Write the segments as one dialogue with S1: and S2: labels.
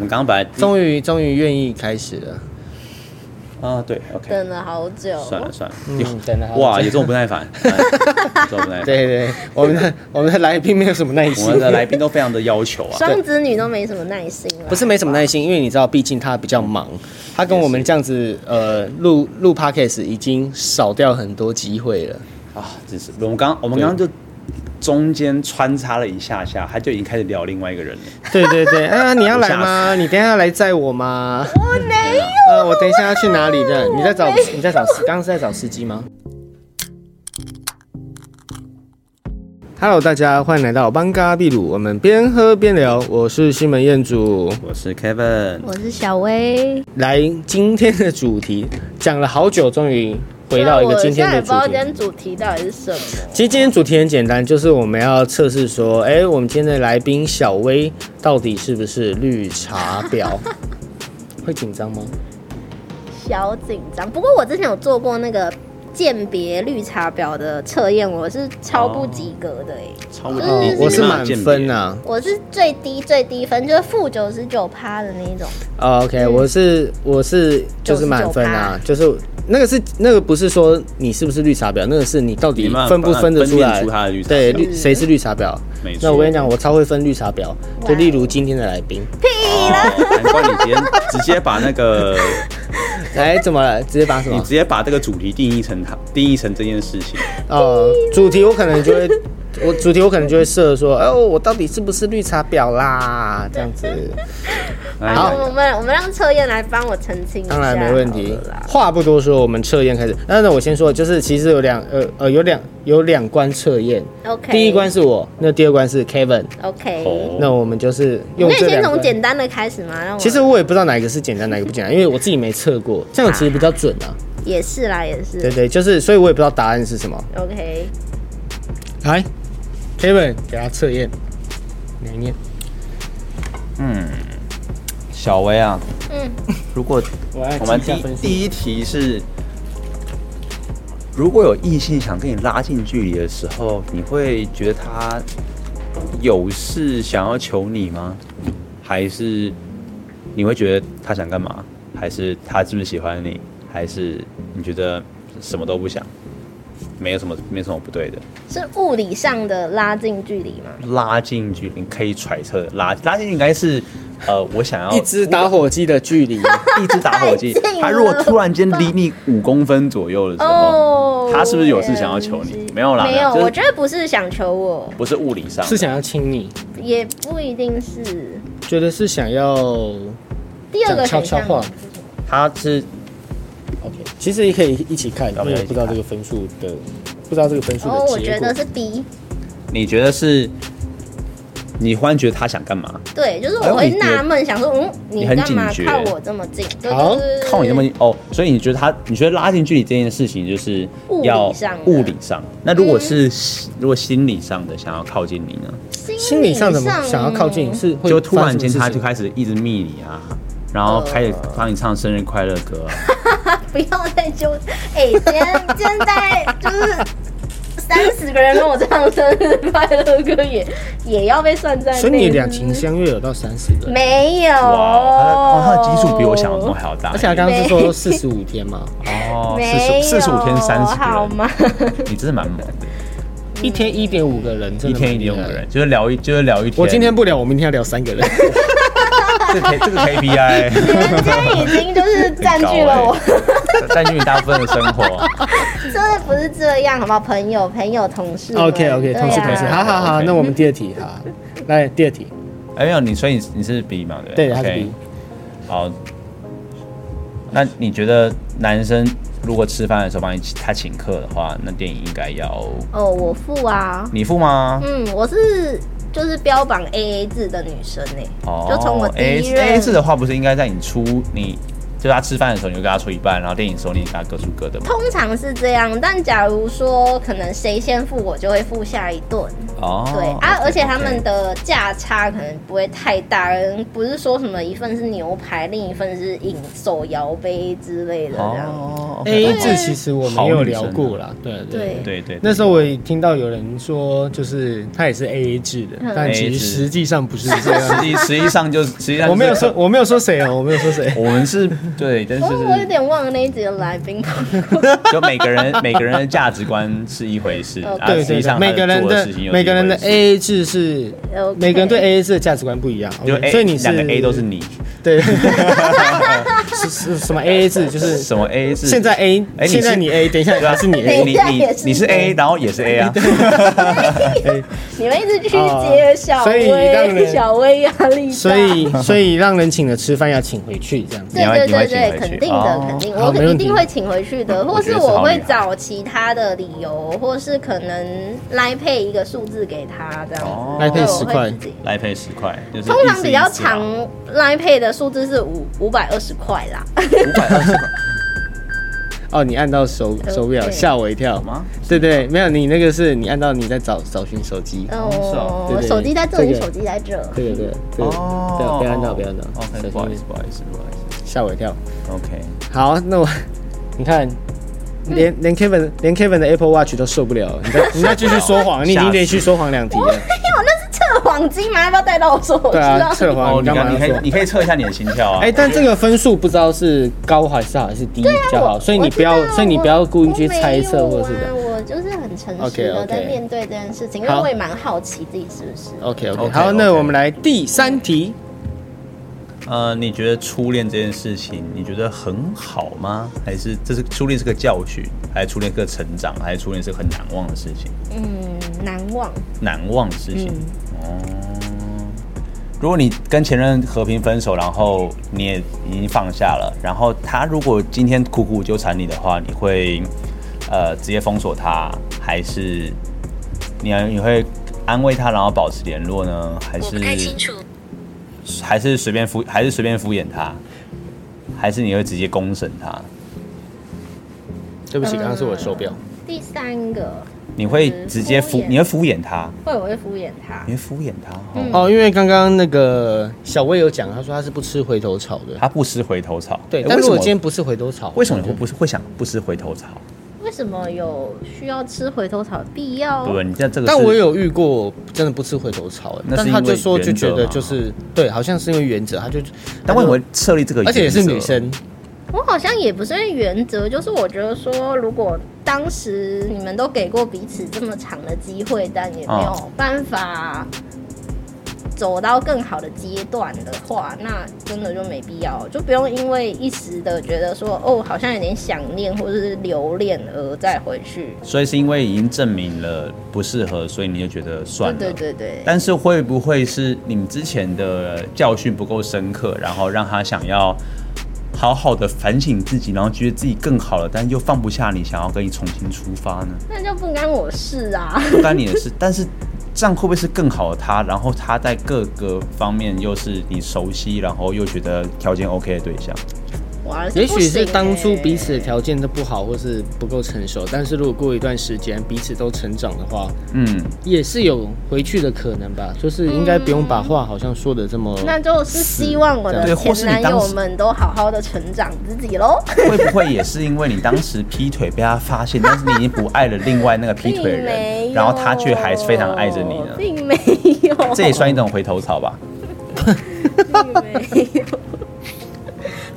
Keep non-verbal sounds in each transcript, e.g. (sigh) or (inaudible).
S1: 我们刚刚本来自己
S2: 终于终于愿意开始了，
S1: 啊，对，OK，
S3: 等了好久，
S1: 算了算了，
S2: 嗯，真的
S1: 哇，有这种不耐
S2: (laughs)
S1: 烦，哎有这种不耐烦，
S2: 对对，我们的 (laughs) 我们的来宾没有什么耐
S1: 我
S2: 心，
S1: 们的来宾都非常的要求啊，
S3: 双子女都没什么耐心了。
S2: 不是没什么耐心，因为你知道，毕竟他比较忙，他跟我们这样子呃录录 podcast 已经少掉很多机会了。
S1: 啊，真是，我们刚我们刚刚就中间穿插了一下下，他就已经开始聊另外一个人了，
S2: 对对对， (laughs) 啊，你要来吗？你等一下来载我吗？我没有。呃，我等一下要去哪里的？你在找你在找司，刚刚是在找司机吗？Hello，大家欢迎来到邦嘎秘鲁，我们边喝边聊，我是西门彦祖。
S1: 我是 Kevin，
S3: 我是小薇，
S2: 来，今天的主题讲了好久，终于回到一个今天的主题
S3: 虽然我现在也。不知道今天主题到底是什么，
S2: 其实今天主题很简单，就是我们要测试说，哎、我们今天的来宾小薇到底是不是绿茶婊？ (laughs) 会紧张吗？
S3: 小紧张。不过我之前有做过那个鉴别绿茶婊的测验，我是超不及格的、欸
S1: 超不
S3: 哦
S1: 你
S2: 嗯我是
S1: 你没办法
S2: 满
S1: 鉴别
S2: 分啊。
S3: 我是最低最低分，就是负九十九趴的那一种。
S2: 哦 OK，、我
S1: 嗯
S2: 是我是就是满分啊，就是那个是那个不是说你是不是绿茶婊，那个是你到底
S1: 你慢慢
S2: 分不分得出来
S1: 分辨出他的绿茶婊
S2: 对，绿谁是绿茶婊？
S1: 没错
S2: 那我跟你讲，我超会分绿茶婊，就例如今天的来宾，
S1: 哦难怪你今天直接把那
S2: (laughs)
S1: 个，
S2: 哎，怎么了？直接把什
S1: 你
S2: 么
S1: 直？接把这个主题定义成他定义成这件事情，
S2: 哦，主题我可能就会，我主题我可能就会设说，哦，我到底是不是绿茶婊啦？这样
S3: (laughs)
S2: 子，
S3: 啊
S1: 哎
S3: 好，
S1: 呀
S3: 我们我们让测验来帮我澄清一下。
S2: 当然没问题
S3: 好了啦。
S2: 话不多说，我们测验开始。那那我先说，就是其实有两呃呃有两有两关测验。
S3: OK，
S2: 第一关是我，那第二关是 Kevin，
S3: OK。
S1: 哦
S2: 那我们就是用
S3: 可以
S2: 这
S3: 先
S2: 两
S3: 从
S2: 关。
S3: 简单的开始吗？让我
S2: 其实我也不知道哪个是简单，哪个不简单，因为我自己没测
S3: (laughs)
S2: 过，这样其实比较准啊。
S3: 也是啦，也
S2: 对
S3: 是。
S2: 对，就是，所以我也不知道答案是什么。
S3: OK，
S2: 来，Kevin 给他测验，你来念。
S1: 嗯小薇啊，
S3: 嗯，
S1: 如果
S2: 我来
S1: 我们第第一题是，如果有异性想跟你拉近距离的时候，你会觉得他有事想要求你吗？还是你会觉得他想干嘛？还是他是不是喜欢你？还是你觉得什么都不想？没有什么，没什么不对的。
S3: 是物理上的拉近距离吗？
S1: 拉近距离可以揣测，拉拉近距离应该是，呃，我想要
S2: 一只打火机的距离，
S3: (laughs)
S1: 一只打火机
S3: 太近，了
S1: 他如果突然间离你五公分左右的时
S3: 哦
S1: 候，他是不是有事想要求你？没有啦，
S3: 没有，
S1: 就
S3: 我
S1: 是
S3: 觉得不是想求我，
S1: 不是物理上的，
S2: (laughs) 是想要亲你，
S3: 也不一定是。
S2: 觉得是想要
S3: 第二个
S2: 讲
S3: 选
S2: 悄
S3: 项
S2: 悄话。
S1: 他是
S2: OK，其实也可以一起看，因
S1: 要不要
S2: 为
S1: 一起
S2: 不知道这个分数的，不知道这个分数的结
S3: 哦
S2: 果。，
S3: 我觉得是 B，
S1: 你觉得是，你忽然觉得他想干嘛？
S3: 对，就是
S1: 哎
S3: 我会
S1: 你觉得
S3: 纳闷，想说，嗯，你
S1: 你很
S3: 干嘛
S1: 警觉
S3: 靠我这么近？对
S2: 好
S3: 对对对
S1: 靠你那么近哦，所以你觉得他，你觉得拉近距离这件事情就是
S3: 物理
S1: 要
S3: 上的嗯
S1: 物理上，那如果是如果心理上的想要靠近你呢？
S2: 心理上怎么想要靠近，是会
S1: 就突然间
S2: 发
S1: 他
S2: 生什
S1: 就
S2: 么
S1: 开
S2: 事
S1: 始一直密你啊，然后开始
S3: 哦
S1: 帮你唱生日快乐歌啊，
S3: (laughs) 不要再纠，哎、今天今天在就是三十个人跟我唱生日快乐歌也也要被算在内，
S2: 情所以你两
S3: 是
S2: 情相悦有到三十个，
S3: 没有，
S1: 哇，他的他的基数比我想象中还要大，
S2: 而且他刚刚是说四十五天嘛，
S1: 哦，
S3: 没
S1: 四
S3: 有
S1: 十四十五天三十
S3: 好
S1: 个 (laughs)
S3: 吗？
S1: 人，你真的蛮猛的，
S2: 一天一点五个人，真
S1: 一
S2: 的
S1: 天一
S2: 蛮厉
S1: 点
S2: 害
S1: 五个。人，就是聊一就是聊一天。
S2: 我今天不聊，我明天要聊三个人。
S1: 这个 K-
S2: (laughs)
S1: 这个
S3: (laughs)
S1: KPI
S3: 你们今天已经就是占据了
S1: 欸
S3: 我，
S1: 占据你大部分的生活，
S3: 真的不是这样，好不好？朋友、朋友、同事们
S2: OK OK，同事
S3: 对啊
S2: 同事，好好好，
S1: OK
S2: 那我们第二题哈，来第二题，
S1: 哎没有你，所以你你是 B 嘛，对不
S2: 对，
S1: o
S2: 他是
S1: k
S2: B，
S1: 好，那你觉得男生如果吃饭的时候帮你他请客的话，那电影应该要
S3: 哦，我付啊，
S1: 你付吗？
S3: 嗯，我是就是标榜 AA 制的女生呢、欸
S1: 哦，
S3: 嗯
S1: 哎
S3: 就从我第
S1: A
S3: 一任
S1: A 制的话，不是应该在你出你就是他吃饭的时候你就跟他说一半，然后电影的时候你也跟他各出各的嘛。
S3: 通常是这样，但假如说可能谁先付，我就会付下一顿。
S1: 哦，
S3: 对啊，
S1: OK，
S3: 而且他们
S1: OK
S3: 的价差可能不会太大，不是说什么一份是牛排，另一份是饮手摇杯之类的这样。
S1: 哦
S2: A
S1: ，OK，
S2: 制哎其实我们也有聊过
S1: 啊
S2: 啦，对
S3: 哎对
S1: 对对对，
S2: 那时候我也听到有人说，就是他也是 A A 制的，
S3: 嗯
S2: 但其
S1: AA
S2: 实
S1: 制
S2: 实际上
S1: (laughs)
S2: 不是这
S1: 实
S2: 样。
S1: 际实际上就实际上
S2: 我没有
S1: 就是
S2: 说，我没有说谁哦，我没有说谁。
S1: 我们是对，但是
S3: 哦
S1: 就，
S3: 我有
S1: 是
S3: 点忘了那一集的来宾，
S1: 就每个人每个人的价值观是一回事，
S3: 哦
S1: 啊，
S2: 对
S1: 实际
S2: 对对，
S1: 上
S2: 每个人
S1: 他做的
S2: 的
S1: 事情又是
S2: 每个人的
S1: 一回事
S2: A A 制是
S3: (laughs) OK
S2: 每个人对 A A 制的价值观不一样，
S1: 就
S2: OK，
S1: A，
S2: 所以你是
S1: 两个 A 都是你，
S2: 对， (laughs) 是是什么 A A 制？就是
S1: 什么 A 是
S2: 现在 A，
S1: 哎你是啊
S2: 现在你 A，等一下他是你 A，哎
S1: 你
S3: 等一下
S1: 你
S3: 也是
S1: 你是 A，然后也是 A 啊，
S3: 你们一直去接小
S2: 所以让
S3: 薇，啊
S2: 人
S3: 小薇压力大。
S2: 所以所以让人请了吃饭要请回去这样。
S1: 你
S3: 对
S1: 要
S3: 对
S1: 你会
S3: 对
S1: 请回
S3: 对，
S1: 去
S3: 肯定的，
S1: 哦
S3: 肯定，
S2: 好
S3: 我
S2: 没
S3: 一
S2: 问题
S3: 定会请回去的，或
S1: 我觉
S3: 是
S1: 得是好
S3: 我会
S1: 女孩
S3: 找其他的理由，或是可能来配一个数字给他这样
S1: 哦
S3: 子，
S2: 来配
S3: 对
S2: 10
S3: 我会
S2: 块
S3: 自己
S1: 来赔十块，就是
S3: 通常比较长
S1: 五
S3: 来配的数字是五五百二十块啦，
S1: 百二十块
S2: 哦，你按到手手表
S3: 对
S2: 吓我一跳
S1: 吗？
S2: 对对，没有你那个是你按到你在找找寻手机。
S1: 是
S3: 哦
S1: 哦，
S2: 对对对
S3: 手机在这里，
S2: 这个
S3: 手机在这，哦
S2: 对对对，这个不要不要按到不要按到，小
S1: ，OK，
S2: 心
S1: 不好意思不好意思不好意思
S2: 哦吓我一跳。
S1: ，OK，
S2: 好，那我 (laughs) 嗯你看，连连 Kevin 连 Kevin 的 Apple Watch 都受不了，你再你 (laughs) 再继续说谎，你已经连续说谎两题了。
S3: 哎呦，那是测谎机吗？要不要带到我手？
S2: 对啊，
S3: (laughs) 我知道
S2: 测
S1: 哦，
S2: 谎你
S1: 你
S2: 干
S1: 刚
S2: 嘛
S1: 你
S2: 要
S1: 可以
S2: 说？
S1: 你可以测一下你的心跳啊，
S2: 哎，但这个分数不知道是高还是还是低比较好，所以你不
S3: 啊我
S2: 要
S3: 知，道
S2: 所以你不要故意去
S3: 我没有
S2: 猜测或是
S3: 啊
S2: 的。
S3: 我就是很诚实
S2: OK，OK
S3: 的在面对这件事情，因为
S2: 好
S3: 我也蛮好奇自己是不是。
S2: OK OK，
S1: OK，
S2: 好，
S1: OK
S2: 那我们来第三题。
S1: 呃，你觉得初恋这件事情，你觉得很好吗？还是这是初恋是个教训，还是初恋是个成长，还是初恋是个很难忘的事情？
S3: 嗯，难忘。
S1: 难忘的事情。
S4: 嗯
S1: 哦，如果你跟前任和平分手，然后你也已经放下了，然后他如果今天苦苦纠缠你的话，你会呃直接封锁他，还是你你会安慰他，然后保持联络呢？还
S4: 我
S1: 是
S4: 不太清楚。
S1: 还是随便敷，还是随便敷衍他，还是你会直接公审他？
S2: 对不起，刚刚是我的手表。
S3: 第三个，
S1: 你会直接敷
S3: 嗯敷衍，
S1: 你会敷衍他，
S3: 会我会敷衍他
S1: 你。会敷衍他。哦
S3: 嗯
S2: 哦，因为刚刚那个小魏有讲，他说他是不吃回头草的。
S1: 他不吃回头草。
S2: 对，
S1: 诶哎
S2: 但
S1: 为
S2: 如
S1: 什
S2: 果
S1: 么
S2: 今天不是回头草，
S1: 为什么你会不是会想不吃回头草？
S3: 为什么有需要吃回头草的必要？
S2: 啊
S1: 对不对？你像这个是，
S2: 但我有遇过真的不吃回头草，哎
S1: 那
S2: 但
S1: 是
S2: 他
S1: 因
S2: 就
S1: 为
S2: 说就
S1: 原则
S2: 觉得
S1: 吗
S2: 就是对，好像是因为原则，他就
S1: 但为什么会设立这个？
S2: 而且也是女，生，
S3: 我好像也不是因为原则，就是我觉得说，如果当时你们都给过彼此这么长的机会，但也没
S1: 嗯
S3: 有办法走到更好的阶段的话，那真的就没必要，就不用因为一时的觉得说，哦，好像有点想念或者是留恋而再回去。
S1: 所以是因为已经证明了不适合，所以你就觉得算
S3: 对
S1: 了。
S3: 对对对，
S1: 但是会不会是你们之前的教训不够深刻，然后让他想要好好的反省自己，然后觉得自己更好了，但又放不下你，想要跟你重新出发呢？
S3: 那就不干我事啊。
S1: 不干你的事，但是这样会不会是更好的他？然后他在各个方面又是你熟悉，然后又觉得条件 OK 的对象？
S3: 哇，
S2: 也许
S3: 不行
S2: 是当初
S3: 欸
S2: 彼此的条件都不好，或是不够成熟，但是如果过一段时间彼此都成长的话，
S1: 嗯，
S2: 也是有回去的可能吧，就是应该不用把话好像说的这么。
S3: 那就是希望我的
S1: 对或
S3: 前
S1: 是你
S3: 男
S1: 当时
S3: 友们都好好的成长自己喽。
S1: 会不会也是因为你当时劈腿被他发现，但是你已经不爱了另外那个劈
S3: 并
S1: 腿
S3: 没
S1: 人，
S3: 有
S1: 然后他却还是非常爱着你呢？
S3: 并没有，
S1: (laughs) 这也算一种回头草吧？
S3: (laughs) 并没有，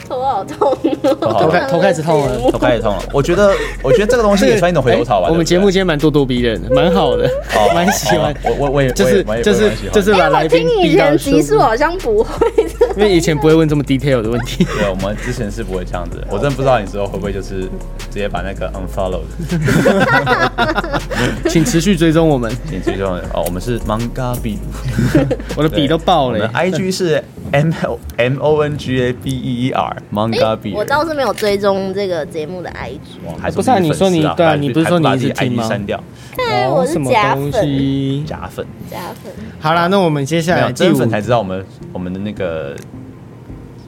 S3: 头
S1: (laughs)
S3: 好痛
S1: 头
S2: (laughs)
S3: 哦，
S1: 好
S2: 头
S1: 痛
S2: 开头开始痛
S1: (laughs)
S2: 了，
S1: 头开始痛了。我觉得，我觉得这个东西也算一种回头草吧。
S2: 哎我们节
S1: 对不
S2: 目
S1: 对
S2: 今天蛮咄咄逼人的，蛮好的， (laughs) 蛮喜欢
S1: 哦。我我我也
S2: 就是
S1: 我也
S2: 就
S1: 我也
S2: 是
S1: 蛮喜欢
S2: 就是
S3: 因
S2: 把
S3: 为
S2: 来
S3: 哎我
S2: 宾
S3: 听以
S2: 逼到
S3: 前
S2: 受不
S3: 集数
S2: 了，
S3: 好像不会的，
S2: 因为以前不会问这么 detail 的问
S1: (laughs)
S2: 题。
S1: 对，我们之前是不会这样子。我真不知道你之后会不会就是直接把那个 unfollow
S2: 请持续追踪我们，
S1: 你最重要的哦。我们是 manga b
S2: 我的笔都爆
S1: 我
S2: 了
S1: 们。IG 是 M L M O (laughs) N G A B E E R manga b
S3: 哎我倒是没有追踪这个节目的 IG，
S1: 哇还
S2: 不是啊
S1: 你
S2: 你说你对啊你不是说你一直听
S1: 听
S2: 吗
S1: 删掉
S3: 看哎我是
S2: 哦什么
S3: 假
S2: 东
S3: 粉，
S2: 西？
S1: 假粉，
S3: 假粉，
S2: 好啦，那我们接下
S1: 没
S2: 来
S1: 有
S2: 第
S1: 真
S2: 五
S1: 粉才知道我们我们的那个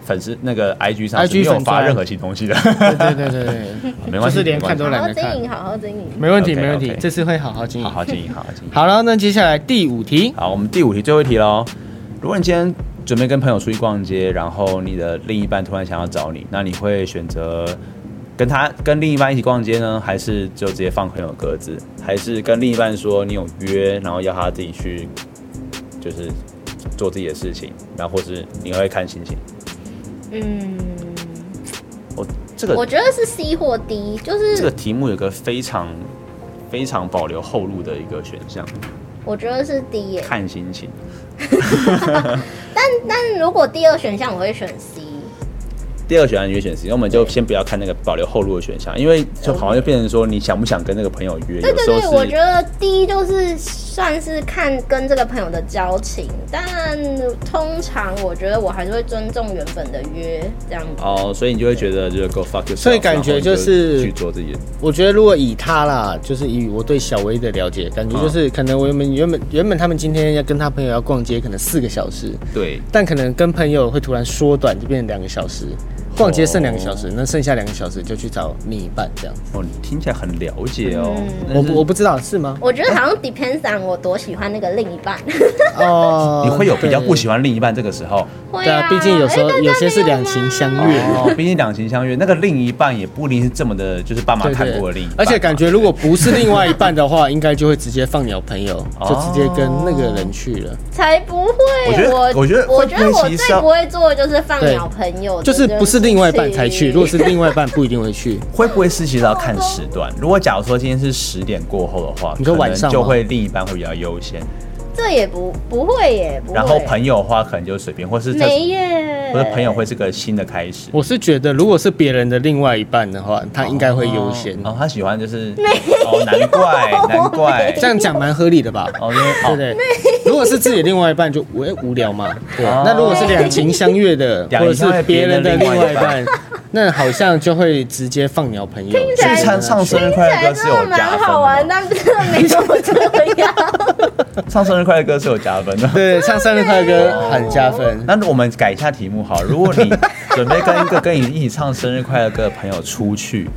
S1: 粉丝那个 IG 上是
S2: IG
S1: 没有
S2: 粉
S1: 发
S2: 专
S1: 任何新东西的，
S2: 对对对对对，
S1: (laughs) 没关系，
S2: 就是连
S1: 没关
S2: 看
S1: 系
S2: 都懒
S3: 好好
S2: 得
S3: 经
S2: 看
S3: 营，好好经营。
S2: 没问题
S1: OK，
S2: 没问题
S1: OK，
S2: 这次会好好经营。
S1: 好好经营，好好经营。
S2: 好了，那接下来第五题，
S1: 好，我们第五题，最后一题喽。如果你今天准备跟朋友出去逛街，然后你的另一半突然想要找你，那你会选择跟他跟另一半一起逛街呢，还是就直接放朋友鸽子，还是跟另一半说你有约，然后要他自己去，就是做自己的事情，然后或是你会看心情？
S3: 嗯，
S1: 我、这
S3: 我
S1: 个
S3: 觉得是 C 或 D，就
S1: 这个
S3: 是
S1: 题目有个非常非常保留后路的一个选项，
S3: 我觉得是 D 耶、
S1: 看心情。
S3: 但如果第二选项，我会选 C。
S1: 第二选项你就选 C，那我们就先不要看那个保留后路的选项，因为就好像就变成说你想不想跟那个朋友约，
S3: 对
S1: 有
S3: 对
S1: 时候
S3: 对，我觉
S1: 是
S3: 得 D 就是算是看跟这个朋友的交情，但通常我觉得我还是会尊重原本的约这样子。
S1: 哦，所以你就会觉得就是 go fuck yourself，
S2: 所以感觉
S1: 然后你就
S2: 就是
S1: 去做自己的。
S3: 嗯
S2: 我觉得如果以他啦，就是以我对小薇的了解，感
S1: 嗯
S2: 觉就是可能我原本原本原本他们今天要跟他朋友要逛街，可能四个小时，
S1: 对，
S2: 但可能跟朋友会突然缩短，就变成两个小时。逛街剩两个小时，那剩下两个小时就去找另一半这样子。
S1: 哦，你听起来很了解哦
S3: 嗯。？
S1: 但
S2: 我
S1: 是
S2: 不我不知道是吗
S3: 我觉得好像 depends on 我多喜欢那个另一
S2: (laughs)
S3: 半。
S2: 哦
S1: (laughs) 你会有比较不喜
S2: 欢。
S1: 欢另一半这个时候，
S3: 会
S2: 对啊，毕竟有时候
S3: 哎
S2: 有些是两情相悦。
S1: 哦，毕竟两情相悦，那个另一半也不一定是这么的，就是爸妈
S2: 对
S1: 看过
S2: 对
S1: 的另一半嘛，
S2: 而且感觉如果不是另外一半的话，应该就会直接放鸟
S1: (laughs)
S2: 朋友，就直接跟那个人去了。
S3: 才不会。
S1: 我觉得我
S3: 我
S1: 觉得
S3: 我
S1: 会
S3: 觉得
S1: 不会
S3: 我
S1: 其实
S3: 最
S1: 是要
S3: 不会做的就是放鸟朋友的
S2: 就
S3: 这
S2: 是
S3: 件事情，
S2: 不是另外一半才去，如果是另外一半不一定会
S1: (laughs)
S2: 去。
S1: 会不会是其实要看时段？如果假如说今天是十点过后的
S3: 嗯
S1: 话，
S2: 你
S1: 可
S2: 说
S1: 能
S2: 晚上吗
S1: 就会另一半会比较优先，
S3: 这也不不会耶，不会
S1: 然后朋友的话可能就随便，或是这
S3: 没耶，
S1: 或者朋友会是个新的开始。
S2: 我是觉得，如果是别人的另外一半的话，他应该会优先。
S1: 哦，他喜欢就是哦，难怪
S3: (laughs)
S1: 难怪
S2: 这样讲蛮合理的吧？
S1: 哦，因为
S2: 对不
S1: 哦
S2: 对？如果是自己的另外一半就无无聊嘛。对。
S1: 哦
S2: 那如果是两情相悦的，
S1: (laughs) 两
S2: 或
S1: 情相
S2: 者
S1: 悦
S2: 是别人的
S1: 别
S2: 另
S1: 人的
S2: 外
S1: 另
S2: 一
S1: 外
S2: 半，
S1: (laughs)
S2: 那好像就会直直接放鸟朋友。
S3: 起来
S1: 去唱唱生日
S3: 听起
S1: 快乐
S3: 来
S1: 歌
S3: 真
S1: 是有
S3: 的
S1: 加
S3: 蛮
S1: 分
S3: 好玩，
S1: 的
S3: 但真的没有这样。
S2: (laughs)
S1: 吗，唱生日快乐歌是有加分的。
S2: 对，唱生日快乐歌很加分。
S1: 那我们改一下题目好，如
S2: (laughs)
S1: 果你准备跟一个跟你一起唱生日快乐歌的朋友出
S2: (laughs)
S1: 去，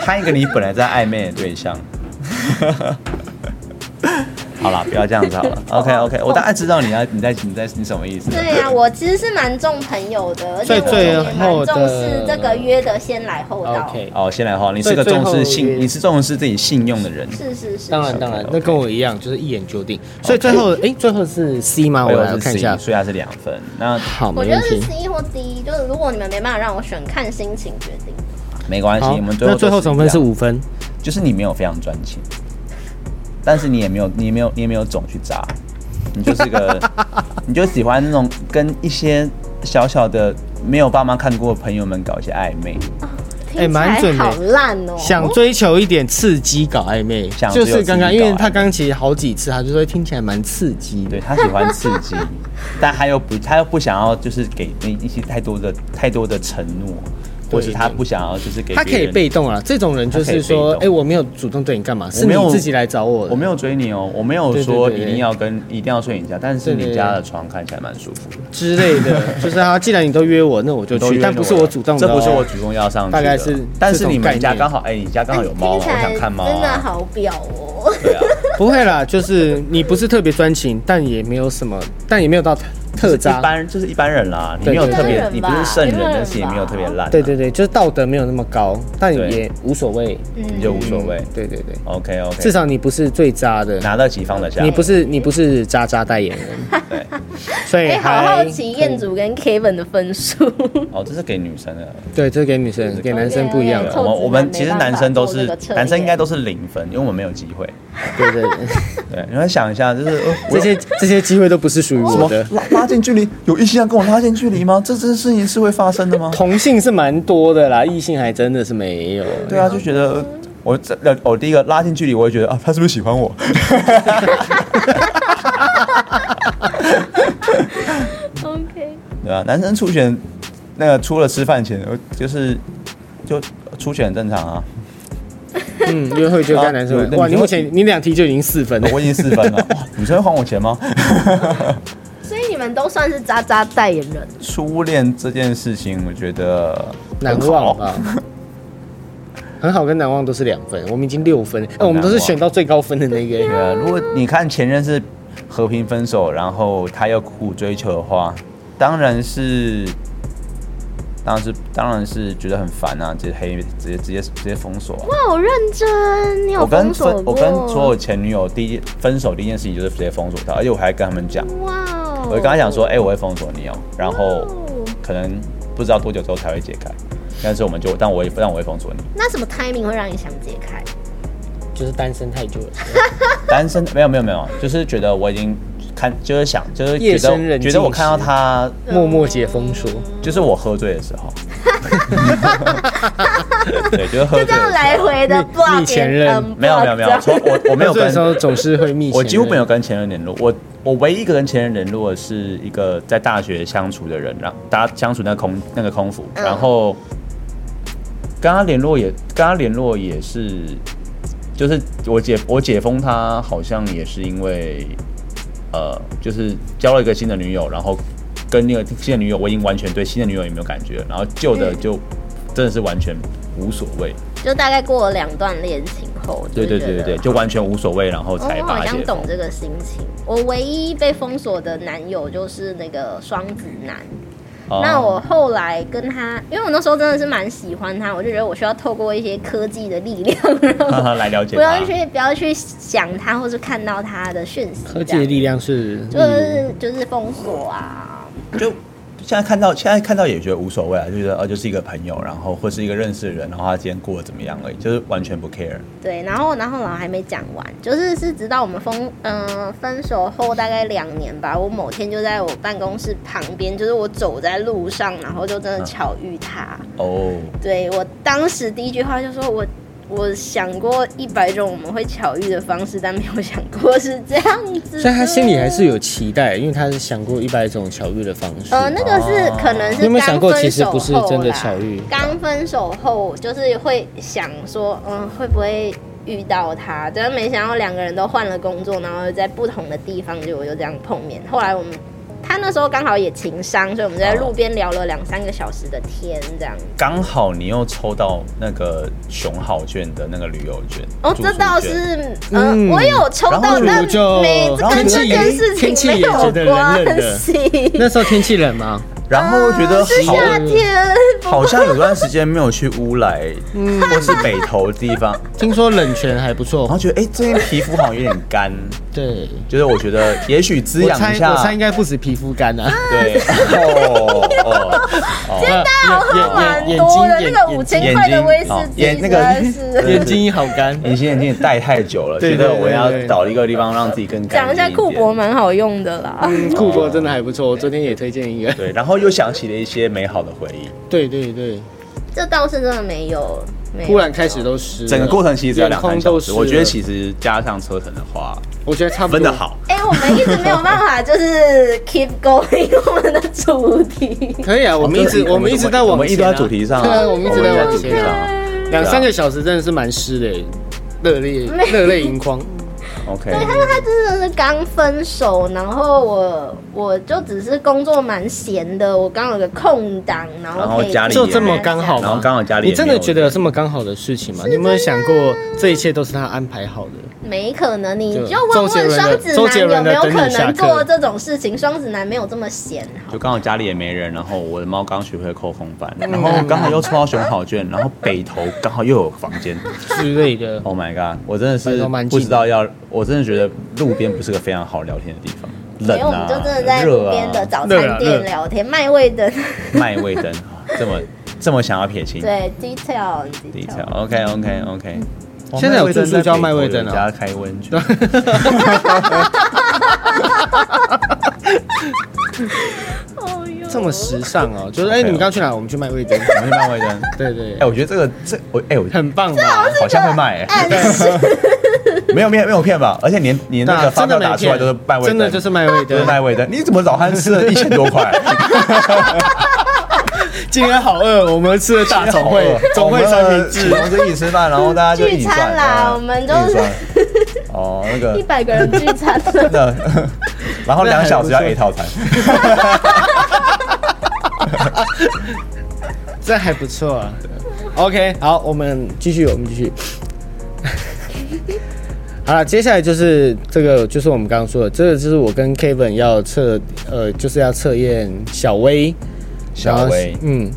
S1: 看一个你本来在暧昧的对
S2: (laughs)
S1: 象。好了，不要这样子好了。OK OK，我大概知道你要你在你在你什么意思了。
S3: 对呀、啊我其实是蛮重朋友的，而且
S2: 所以
S3: 我
S2: 最
S3: 也蛮
S2: 后的
S3: 重视这个约的先来后到。
S2: OK，
S1: 哦，先来话，你是
S2: 对
S1: 个
S2: 最
S1: 重视
S2: 后
S1: 信，
S2: 也
S1: 你是重视自己信用的人。
S3: 是是是，
S2: 当然当然
S1: OK，OK，
S2: 那跟我一样，就是一眼就定。所以最后，哎，最后是 C 吗？我
S1: 我
S2: 来
S1: 是
S2: 看一
S1: C，
S2: 下。
S1: 所以它是两分。那
S2: 好，
S3: 我
S2: 没
S3: 觉得
S2: 问
S3: 是
S2: 题。
S3: C 或 D，就是如果你们没办法让我选，看心情决定。
S1: 没关系，
S2: 好
S1: 我们，最后
S2: 那最后
S1: 都
S2: 总分
S1: 一
S2: 是
S1: 样，哦
S2: 五分。
S1: 就是你没有非常专情，但是你也没有，你也没有，你也没有种去渣，你就是
S2: (laughs)
S1: 个，你就喜欢那种跟一些小小的没有爸妈看过的朋友们搞一些暧昧，
S3: 听
S2: 哎蛮
S3: 起来
S2: 准的
S3: 好烂哦、
S2: 想追求一点刺激，搞暧昧
S1: 想，追
S2: 就
S1: 求
S2: 是刚刚，
S1: 刺激
S2: 因
S1: 搞暧昧
S2: 为他刚其实好几次，他就说听起来蛮刺激的
S1: 对。他喜欢刺激，
S2: (laughs)
S1: 但他又不，他又不想要就是给你一些太多的太多的承诺，或是他不想要就是给
S2: 他可
S1: 别
S2: 以
S1: 人
S2: 被动啊，这种人就
S1: 他可以
S2: 是
S1: 被动
S2: 说，哎、我没有主动对你干嘛，是
S1: 没
S2: 你
S1: 有
S2: 自己来找我的。
S1: 我没有追你哦，我没有
S2: 对对
S1: 说
S2: 对
S1: 一
S2: 对
S1: 定要跟一定要睡你家，但是
S2: 对对
S1: 你
S2: 对
S1: 家的床看起来蛮舒服的。
S2: 之类
S1: (laughs)
S2: 的，就是他既然你都约我，那我就
S1: 都约
S2: 去，但
S1: 了
S2: 不是我主动的、哦
S1: 这不是我。主动要上去的，
S2: 大概是
S1: 但是你
S2: 这
S1: 们
S2: 种
S1: 家
S2: 概念
S1: 刚好，哎，你家刚好有猫啊，
S3: 听
S1: 我
S3: 起来
S1: 想看猫
S3: 真的
S1: 啊，
S3: 好表哦。
S1: 对啊，
S2: 不会啦，就是你不是特别专情，但也没有什么，但也没有到
S1: 就
S2: 特
S1: 是
S2: 渣
S1: 一。般就是一般人啦，你
S2: 对
S1: 没有
S2: 对
S1: 特
S2: 一
S1: 别
S3: 般，人
S1: 你不是圣人，
S3: 吧一般人
S1: 但是也没有特别烂啊，
S2: 对对对，就是道德没有那么高，但
S1: 对
S2: 也无所谓。
S1: 你就无所谓
S2: 嗯。对对对，
S1: OK OK，
S2: 至少你不是最渣的，
S1: 拿得起放得下
S2: 你。不是你不是渣渣代言
S1: (laughs)
S2: 人。
S1: 对，
S2: 所以
S3: 哎、好
S2: 还
S3: 好奇彦祖跟 Kevin 的
S1: (laughs)
S3: 分数。
S1: 哦，这是给女生的。
S2: 对，这给女生给男生不一样
S3: 对
S1: 对啊
S2: 的。
S1: 我们
S3: 臭直男
S1: 我们其
S3: 没
S1: 实
S3: 办法
S1: 男生都
S3: 做那
S1: 是
S3: 个测验
S1: 男生应该都是零分，因为我们没有机会。
S2: 对对对，
S1: 对，你们想一下，就是呃我
S2: (laughs) 这些这些机会都不是属于
S1: 什
S2: 我
S1: 么
S2: 的。
S1: 拉拉近距离，有异性要跟我拉近距离吗？这这事情是会发生的
S2: (laughs)
S1: 吗？
S2: 同性是蛮多的啦，异性还真的是没有。
S1: 对啊，就觉得呃我这呃我第一个拉近距离，我会觉得啊，他是不是喜欢我？
S3: OK，
S1: 对啊，男生初选那个除了吃饭前，呃就是就初选很正常啊。
S2: 嗯，约会就跟男生
S1: 啊对
S2: 玩。哇，
S1: 你
S2: 你
S1: 说
S2: 目前你两题就已经四分了。 (laughs)
S1: 我已经四分了，哇，女生会还我钱吗？
S3: 所以你们们都算是渣渣代言人。
S1: 初恋这件事情，我觉得
S2: 难
S1: 很好
S2: 忘吧？很好跟难忘都是两分，我们已经六分，哎、
S1: 忘
S2: 我们都是选到最高分的那个、
S1: 对啊，如果你看前任是和平分手，然后他要苦苦追求的话，当然是，当然是，当然是觉得很烦啊，直接黑，直接直接直接封锁啊、
S3: 哇，好认真，你有
S1: 我跟
S3: 封锁
S1: 分，
S3: 过？
S1: 我跟所有前女友第一分手第一件事情就是直接封锁她，而且我还跟他们讲，
S3: 哇哦！
S1: 我就跟他讲说，哎、我会封锁你哦、然后
S3: 哦
S1: 可能不知道多久之后才会解开，但是我们就，但我也，但我会封锁你。
S3: 那什么 timing 会让你想解开？
S2: 就是单身太久
S1: (laughs)
S2: 了，
S1: 单身没有没有没有，就是觉得我已经看，就是想，就是
S2: 夜
S1: 觉
S2: 深
S1: 得
S2: 人
S1: 觉得我
S2: 静
S1: 看到
S2: 时
S1: 他，
S2: 默默解封锁，
S1: 就是我喝醉的时
S3: (laughs)
S1: 候，对，就是喝醉
S3: 就这样
S1: 的时
S3: 来回的嗯
S2: 蜜
S3: 挂
S2: 蜜前任
S1: 没有没有没有，从我我没有
S2: 喝醉的
S1: 跟
S2: 时候总是会密切，
S1: 我几乎没有跟前任联络，我我唯一一个跟前任联络的是一个在大学相处的人，然后大家相处那个空那个空服，
S3: 嗯
S1: 然后跟他联络也跟他联络也是，就是我解我解封他好像也是因为呃，就是交了一个新的女友，然后跟那个新的女友我已经完全对新的女友也没有感觉，然后旧的
S3: 嗯
S1: 就真的是完全无所谓，
S3: 就大概过了两段恋情后，
S1: 对对对对对，就完全无所谓，然后
S3: 我
S1: 才
S3: 哦我
S1: 把
S3: 好
S1: 他
S3: 像
S1: 解封
S3: 懂。这个心情。我唯一被封锁的男友就是那个双子男。
S1: 哦
S3: 那我后来跟他，因为我那时候真的是蛮喜欢他，我就觉得我需要透过一些科技的力量，然后
S1: 哦 (laughs) 来了解
S3: 不
S1: 他
S3: 要。去不要去想他或是看到他的讯息。
S2: 科技的力量是，
S3: 这样就是就是封锁啊，
S1: 就现在看到，现在看到也觉得无所谓啊，就觉得呃就是一个朋友，然后或是一个认识的人，然后他今天过得怎么样而已，就是完全不 care。
S3: 对，然后然后然后还没讲完，就是是直到我们分嗯、分手后大概两年吧，我某天就在我办公室旁边，就是我走在路上，然后就真
S2: 嗯
S3: 的巧遇他。
S1: 哦，
S3: 对我当时第一句话就说我。我想过一百种我们会巧遇的方式，但没有想过是这样子的。
S2: 所以他心里还是有期待，因为他是想过一百种巧遇的方式。
S3: 呃，那个是
S1: 哦
S3: 可能是
S2: 你有没有
S3: 刚
S2: 想过
S3: 分
S2: 其实
S3: 手
S2: 不是
S3: 后
S2: 真的
S3: 啦
S2: 巧遇
S3: 刚分手后就是会想说，嗯，会不会遇到他？但是没想到两个人都换了工作，然后在不同的地方就就这样碰面。后来我们他那时候刚好也情商，所以我们就在路边聊了两三个小时的天，这样。
S1: 刚好你又抽到那个熊好券的那个旅游券，
S3: 哦，
S1: 住宿
S3: 这倒
S1: 券。
S3: 是，嗯，
S2: 嗯
S3: 我有抽
S1: 然
S3: 到
S1: 后，
S3: 但
S2: 我就
S3: 没
S2: 然后
S3: 跟这
S1: 天气
S3: 件
S1: 也
S3: 事
S2: 天气
S3: 情没
S2: 也
S3: 有
S2: 觉得冷冷的
S3: 关系。
S2: 那时候天气冷吗？
S1: 然后觉得
S3: 呃是
S1: 好，
S3: 夏天，
S1: 好像有段时间没有去乌
S3: (laughs)
S1: 来，或是北投的地方，
S2: 听说冷泉还不
S1: 然后
S2: 错。
S1: 觉得哎、最近皮肤好像有点干，
S2: 对，
S1: 就是我觉得也许滋
S2: 我
S1: 养
S2: 猜
S1: 一下
S2: 我，猜应该不止皮肤干啊， (laughs)
S1: 对，哦哦，
S2: 真的
S3: 喝蛮
S2: 眼眼
S3: 多哦的，那
S2: 眼
S3: 个
S2: 睛
S3: 五
S2: 眼
S3: 千块的威士忌
S1: 眼
S3: 实
S1: 那
S3: 在 (laughs)
S1: 个
S3: 是。
S2: 眼睛好干。
S1: (laughs) 隐形眼镜也戴太久 (laughs) 了，
S2: 对
S1: 觉
S2: 对
S1: 得我要
S2: 对对
S1: 找一个地方让自己更干
S3: 讲
S1: 净
S3: 一下
S1: 点
S3: 库博，蛮好用的啦，
S2: 嗯，酷博真的还不错，我昨天也推荐一个。
S1: 对，然后又想起了一些美好的回忆。
S2: 对对对，
S3: (laughs) 这倒是真的没有。没有
S2: 忽然开始都湿了，
S1: 整个过程其实只要两三
S2: 眼
S1: 小
S2: 眶都
S1: 时，
S2: 湿
S1: 我觉得
S2: 了
S1: 其实加上车程的话，
S2: 我觉得差不
S1: 分
S2: 多
S1: 的。好。
S3: 哎、我们一直没有办法，就是 keep going (laughs) 我们的主 (laughs) 题。
S2: 可以啊，我们一直
S1: 哦对
S2: 我们一直在往前啊，
S1: 我们一直都在主题上啊
S2: 对啊，我们一直
S1: 我们
S2: 在
S1: 一直在
S2: 往
S1: 主题
S2: 前
S1: 上
S2: 啊，
S1: 啊
S2: 两三个小时真的是蛮湿的耶，热泪热泪盈眶。
S1: OK，
S3: 对，他啊说他真的是刚分手，然后我我就只是工作蛮闲的，我刚有个空档，然
S1: 然后
S3: 后可以
S1: 家里
S2: 就这么刚好吗？
S1: 然后刚好家里也
S2: 你真的
S1: 没有
S2: 觉得有这么刚好的事情吗？你有没有想过这一切都是他安排好的？
S3: 没可能，你
S2: 就
S3: 就问问双子
S2: 周杰
S3: 男有
S2: 伦的周杰伦
S3: 没有
S2: 的
S3: 可
S2: 等你下
S3: 能
S2: 课
S3: 做这种事情，双子男没有这么闲。
S1: 就刚好家里也没人，然后我的猫刚学会扣空翻，
S3: 嗯
S1: 然后刚好又抽到熊好券，然后北投刚好又有房间。
S2: 之类的。
S1: Oh my god！我真的
S2: 北
S1: 是
S2: 投蛮
S1: 不
S2: 近的
S1: 知道要，我真的觉得路边不是个非常好聊天的地方，
S3: 没
S1: 冷
S3: 有，我
S1: 啊
S3: 们就真的在，路
S1: 热
S3: 边的
S1: 啊，
S3: 早
S2: 热
S3: 餐
S2: 啊
S3: 店
S2: 热
S3: 聊天，卖味的，
S1: 卖味
S3: (laughs)
S1: 灯，这么这么想要撇清。
S3: 对，detail 嗯
S1: 第一
S3: detail
S1: 条。OK OK OK。
S2: 现在有住宿叫哦卖味灯啊
S1: 家开温 (laughs) 泉。
S3: 哦哟
S2: 这么时尚哦，就是哎，你们刚去哪？我们去卖
S1: (laughs)
S2: 味灯。
S1: 我们去卖味灯。
S2: (laughs) 对对
S1: 哎，，我觉得这个这我哎我
S2: 很棒吧？
S1: 好像会卖哎，没有没有没有骗吧？而且连连那
S2: 啊
S1: 个发票
S2: 真的没
S1: 打出来
S2: 骗
S1: 都是卖味灯，
S2: 真的就是卖味
S1: 都是
S2: 灯，
S1: 卖味灯。你怎么早餐吃了一千多块？
S2: 今天好饿，我们吃了大总会
S1: (laughs)
S2: 总会三明治，
S1: 哦我们就一起吃饭，然后大家就一起
S3: 聚餐
S1: 算
S3: 啦
S1: 嗯
S3: 我们就是
S1: 一起算哦那
S3: 一
S1: 个 (laughs)
S3: 百个人聚餐了，
S1: 真的
S4: 然后两小时要 A 套
S2: (laughs)
S4: 餐，
S2: 这还不错啊。OK，好，我们继续，我们继续。 (laughs) 好了，接下来就是这个，就是我们刚刚说的，这个就是我跟 Kevin 要测，呃，就是要测验小薇，然
S4: 小
S2: 后
S4: 薇，
S2: 嗯，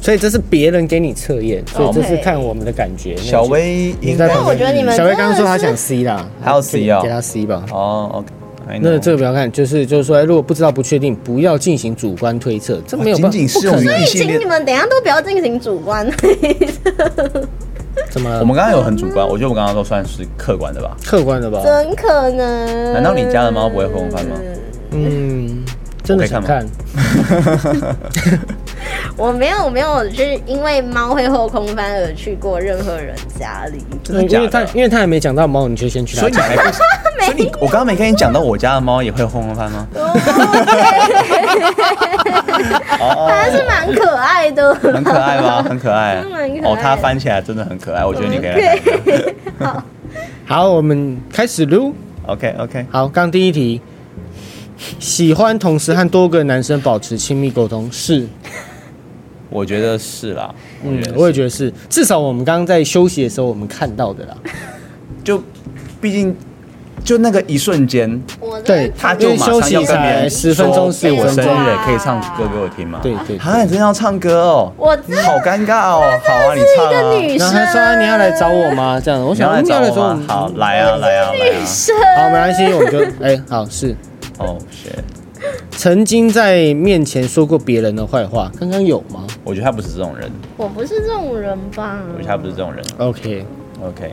S2: 所以这是别人给你测验，所以这
S1: 哦
S2: 是
S3: OK
S2: 看我们的感觉。
S4: 小薇应该
S2: 那
S3: 但我觉得你们
S2: 小薇刚刚说
S3: 真的
S2: 她
S3: 是
S2: 想 C 啦，
S4: 还有 C 哦
S2: 给她 C 吧。
S4: 哦，OK，I know。
S2: 那这个不要看，就是就是说，哎如果不知道不确定，不要进行主观推测，
S1: 哦
S2: 这没有
S4: 仅
S2: 办
S1: 啊
S4: 仅
S2: 法，不
S4: 适
S2: 可
S4: 用于
S2: 能
S4: 异性
S3: 请
S4: 恋
S3: 你。们等一下都不要进行主
S1: (laughs)
S3: 观，
S2: 怎么
S1: 我们刚刚有很主观，我觉得我刚刚都算是客观的
S2: (laughs)
S1: 吧。
S2: 客观的吧？
S3: 真可能。
S1: 难道你家的猫不会混饭吗？
S2: 嗯，真的想
S1: 我可以
S2: 看，
S3: 我没有，我没有，就是因为猫会后空翻而去过任何人家里。
S1: 真的
S2: 因为
S1: 假
S2: 他
S1: 的？
S2: 因为他还没讲到猫，你就先去他
S1: 所以你
S2: 家。
S1: 还不，所以你我刚刚没跟你讲到我家的猫也会轰轰翻吗？ (laughs) 哦
S3: 它是蛮可爱
S1: (laughs)
S3: 的，
S1: 很可爱
S3: (laughs)
S1: 吗？很可爱
S3: 真的蛮可爱。的
S1: 哦，它翻起来真的很可爱，我觉得你可以来看。
S2: 好，我们开始撸。
S1: OK OK，
S2: 好，刚第一题，喜欢同时和多个男生保持亲密沟通
S1: Oh，
S2: 是，
S1: 我觉得是啦。
S2: 嗯
S1: 我觉，得
S2: 我也
S1: 是
S2: 觉得是，至少我们刚刚在休息的时候我们看到的啦。
S1: 就毕竟就那个一瞬间，
S3: 我真的
S2: 对，
S1: 他
S2: 因
S1: 就
S2: 为
S1: 马
S2: 休
S1: 上
S2: 息
S1: 要跟别
S2: 才
S1: 人
S2: 十分钟
S1: 说
S2: 十
S1: 哎
S2: 五
S1: 我
S2: 分
S1: 生
S2: 钟，
S1: 日可以唱歌给我听吗？
S2: 对对
S1: 啊，你真的要唱歌哦？
S3: 我真的
S1: 好尴尬哦。好啊，你唱
S3: 一个
S1: 啊。
S2: 然
S3: 女生，
S2: 后他说、啊、你要来找我吗？这样，我
S1: 你
S2: 想
S1: 要来
S2: 嗯
S1: 找
S2: 你要
S1: 我吗？好，来啊，来啊，来
S3: (laughs)
S1: 啊！
S3: 生，
S2: 好，没关系，我们就 (laughs) 哎、好是
S1: 哦，谢。
S2: 曾经在面前说过别人的坏话，刚刚有吗
S1: 我觉得他不是这种人，
S3: 我不是这种人吧？
S1: 我觉得他不是这种人。
S2: ？OK，
S1: OK。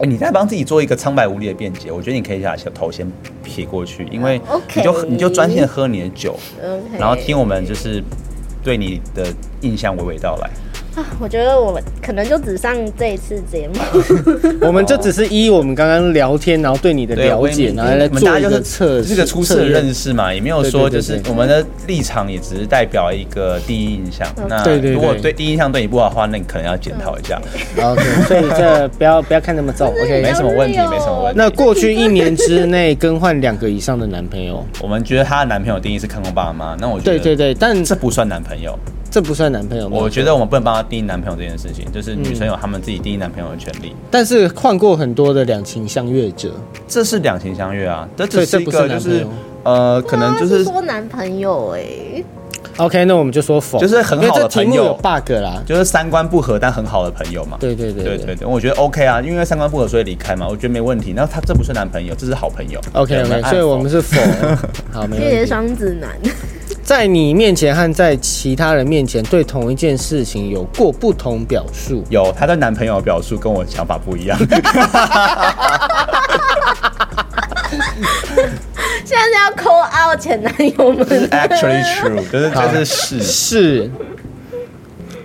S1: 哎、你在帮自己做一个苍白无力的辩解，我觉得你可以把头先撇过去，因为
S3: OK
S1: 你就你就专心地喝你的酒，
S3: OK，
S1: 然后听我们就是对你的印象娓娓道来。
S3: 啊，我觉得我可能就只上这一次节目，
S2: 我们这只是依我们刚刚聊天，然后对你的
S1: 对，啊
S2: 了
S1: 我
S2: 解，
S1: 也
S2: 然后来
S1: 我们大
S2: 做
S1: 家
S2: 一
S1: 就
S2: 个
S1: 是
S2: 测试，
S1: 这个初次
S2: 测
S1: 的
S2: 验
S1: 认识嘛，也没有
S2: 对
S1: 说
S2: 对对
S1: 就是
S2: 对
S1: 我们的立场也只是代表一个第一印象。那
S2: 对对
S1: 如果
S2: 对
S1: 对第一印象对你不好的话，那你可能要检讨一下。(laughs)
S2: 嗯 OK，所以这不要不要看那么重
S3: (laughs)
S1: 没
S2: ，OK。
S1: 什么问题，没什么
S3: 啊
S1: 问题。
S2: 那过去一年之内更换两个以上的男
S1: (laughs)
S2: 朋友，
S1: 我们觉得她的男朋友定义是看过爸妈，那我觉得
S2: 对对对，但
S1: 这不算男朋友。
S2: 这不算男朋友。
S1: 我觉得我们不能帮她定义男朋友这件事情，就是女
S2: 嗯
S1: 生有她们自己定义男朋友的权利，
S2: 但是换过很多的两情相悦者，
S1: 这是两情相悦啊，这
S2: 对
S1: 只是一
S2: 这不
S1: 个就
S2: 是男朋友
S1: 是呃，可能就
S3: 啊他
S1: 是
S3: 说男朋友哎、
S2: OK，那我们就说否，
S1: 就是很好的
S2: 因为这题目
S1: 朋友
S2: 有 bug 啦。
S1: 就是三观不合但很好的朋友嘛。
S2: 对对对
S1: 对对对，我觉得 OK 啊，因为三观不合所以离开嘛，我觉得没问题。那他这不是男朋友，这是好朋友。
S2: OK
S1: 对们
S2: OK，
S1: 按
S2: 所以
S1: 否
S2: 我们是否 (laughs) 好没
S3: 谢
S2: 问
S3: 谢
S2: 题。
S3: 双子男， (laughs)
S2: 在你面前和在其他人面前对同一件事情有过不同表述，
S1: 有她对男朋友的表述跟我想法不一
S2: (laughs)
S1: 样，
S3: 现在是要 call out 前男友们。
S1: actually true，就是就是是
S2: 是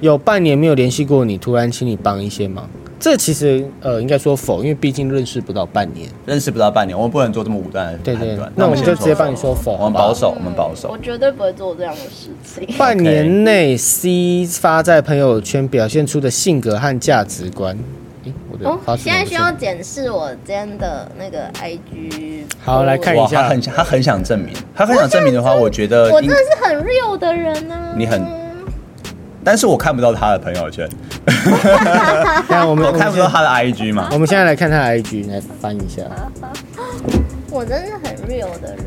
S2: 有半年没有联系过你，突然请你帮一些忙。这其实呃应该说否，因为毕竟认识不到半年。
S1: 认识不到半年，我们不能做这么武断的
S2: 对
S1: 判
S2: 对
S1: 断。，
S2: 那我们
S1: 先
S2: 就
S1: 说
S2: 直接
S1: 否
S2: 帮你说否，
S1: 我们
S2: 好不好
S1: 保守，我们保守。
S3: 绝对不会做这样的事情。
S2: 半年内 C 发在朋友圈表现出的性格和价值观。诶我的
S3: 哦
S2: 发，什么
S3: 现在需要
S2: 不是
S3: 检视我今天的那个 IG。
S2: 好来看一
S1: 哇，
S2: 下
S1: 他很想，他很想证明，他很想证明的话，我觉得
S3: 我
S1: 应
S3: 真的是很 real 的人啊呢、
S1: 你很但是我看不到他的朋友圈，
S2: 等一下我们
S1: 我看不到
S2: 我们
S1: 他的 IG 嘛
S2: 现在。我们现在来看他的 IG，来翻一下。
S3: 我真是很 real 的人，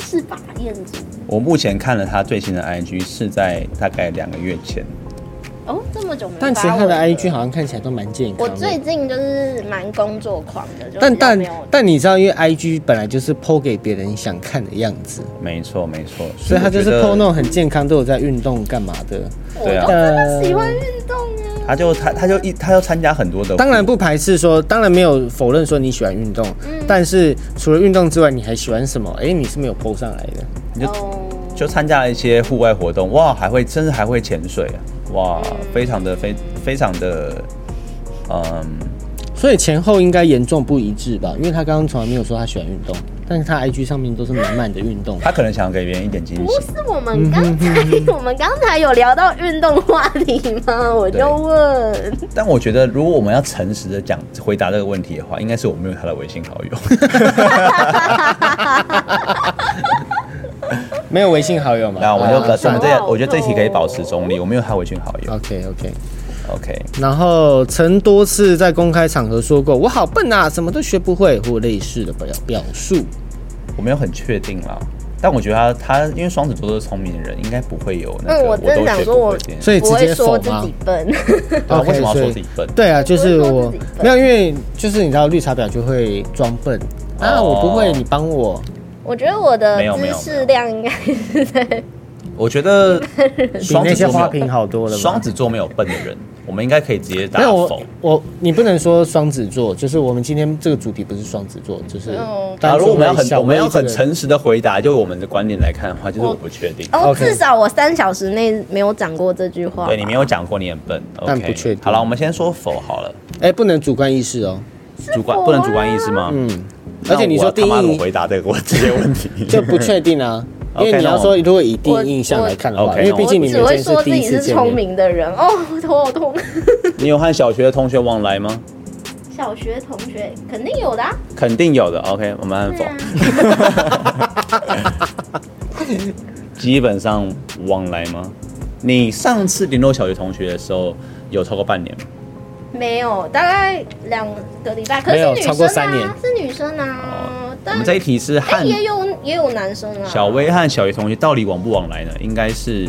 S3: 是吧，燕子？
S1: 我目前看了他最新的 IG 是在大概两个月前，
S3: 哦，这么久没发
S2: 但其实他的
S3: 文了
S2: IG 好像看起来都蛮健
S3: 我
S2: 康的
S3: 最。近就是蛮工作狂的，就是
S2: 但
S3: 比较
S2: 但
S3: 没有
S2: 但你知道，因为 IG 本来就是 PO 给别人想看的样子，
S1: 没错没错，
S2: 所以他就是
S1: 我觉得
S2: PO 那种很健康，都有在运动干嘛的。
S3: 我
S1: 对啊
S3: 就真的喜欢运动啊。
S1: 他就他他就一他就参加很多的，
S2: 当然不排斥说，当然没有否认说你喜欢运动，
S3: 嗯
S2: 但是除了运动之外，你还喜欢什么？哎、你是没有 PO 上来的。
S1: 你就
S3: 哦
S1: 就参加了一些户外活动，哇，还会甚至还会潜水啊，哇，非常的非非常的，嗯，
S2: 所以前后应该严重不一致吧？因为他刚刚从来没有说他喜欢运动，但是他 IG 上面都是满满的运动。
S1: 他可能想要给别人一点惊
S3: 不
S1: 喜。
S3: 是我们刚
S2: 嗯
S3: 才，我们刚才有聊到运动话题吗？我就问，
S1: 但我觉得，如果我们要诚实的讲回答这个问题的话，应该是我没有他的微信好友。
S2: (laughs) 没有微信好友嘛？
S1: 那我们就
S2: 啊哦
S1: 我
S2: 算
S1: 们
S2: 了。
S1: 这，我觉得这题可以保持中立。我没有他微信好友。
S2: OK OK。
S1: OK，
S2: 然后曾多次在公开场合说过“我好笨啊，什么都学不会”或类似的表表述。
S1: 我没有很确定啦，但我觉得他他因为双子座都是聪明的人，应该不会有那
S3: 嗯
S1: 个
S3: 我
S1: 都
S3: 真想
S1: 学
S3: 说
S1: 不
S3: 我
S1: 会这件事。
S2: 所以直
S3: 不会
S2: 接
S3: 说
S2: 否
S3: 自
S2: 吗
S3: 己？笨， (laughs)
S1: 啊
S2: OK，
S1: 为什么要
S2: 所以
S1: 说自己笨
S2: 对啊，就是
S3: 不会说
S2: 我
S3: 自己笨
S2: 没有，因为就是你知道绿茶婊就会装笨啊，
S1: 哦
S2: 我不会，你帮我。
S3: 我觉得我的
S1: 没有没
S3: 知
S1: 有
S3: 识量应该是在
S1: 我觉得
S2: (laughs) 比
S1: 双
S2: 那
S1: 子
S2: 些
S1: 座
S2: 花
S1: 没
S2: 瓶
S1: 有
S2: 好多了吧？
S1: 双子座没有笨的人，我们应该可以直接打
S2: 没有
S1: 否
S2: 我。我你不能说双子座，就是我们今天这个主题不是双子座，就是
S3: 嗯
S2: 单
S1: 啊，如果我们要
S2: 纯为
S1: 很
S2: 小
S1: 我们要
S2: 薇这
S1: 很
S2: 个
S1: 诚实的回答，就我们的观点来看的话，就是我不确定。
S3: (laughs) 哦，
S2: OK
S3: 至少我三小时内没有讲过这句话吧。
S1: 对你没有讲过你很笨
S2: 但
S1: ，OK？
S2: 不确定
S1: 好了，我们先说否好了，
S2: 哎、不能主观意识哦。
S1: 主观
S3: 否啊
S1: 不能主观意识吗？嗯。
S2: 而且你说定
S1: 他妈怎么
S2: 义
S1: 回答这个问这些问题？
S2: (laughs) 就不确
S1: (laughs)
S2: 定啊，因
S1: 嗯 OK，
S2: 为你要
S1: 那我
S2: 说如果以第一印象来看的
S1: 我
S2: 话，
S1: 我
S2: 因为毕竟你
S3: 我只
S2: 们
S3: 会
S2: 今天是
S3: 说自
S2: 第一
S3: 己
S2: 次
S3: 是
S2: 见
S3: 聪
S2: 面，
S3: 明的人哦，我头好痛。 (laughs)
S1: 你有和小学的同学往来吗？
S3: 小学同学肯定有的、啊，
S1: 肯定有的。OK，我们按
S3: 对
S1: 否
S3: 啊，，
S1: (laughs) 基本上往来吗？你上次联络小学同学的时候，有超过半年吗？
S3: 没有，大概两个礼拜，可
S2: 没
S3: 是
S2: 有
S3: 女
S2: 超过
S3: 生
S2: 三年
S3: 啊，是女生啊，
S1: 我
S3: 但
S1: 们这一题是
S3: 哎
S1: 和
S3: 也有也有男生啊，
S1: 小薇和小学同学到底往不往来呢？应该是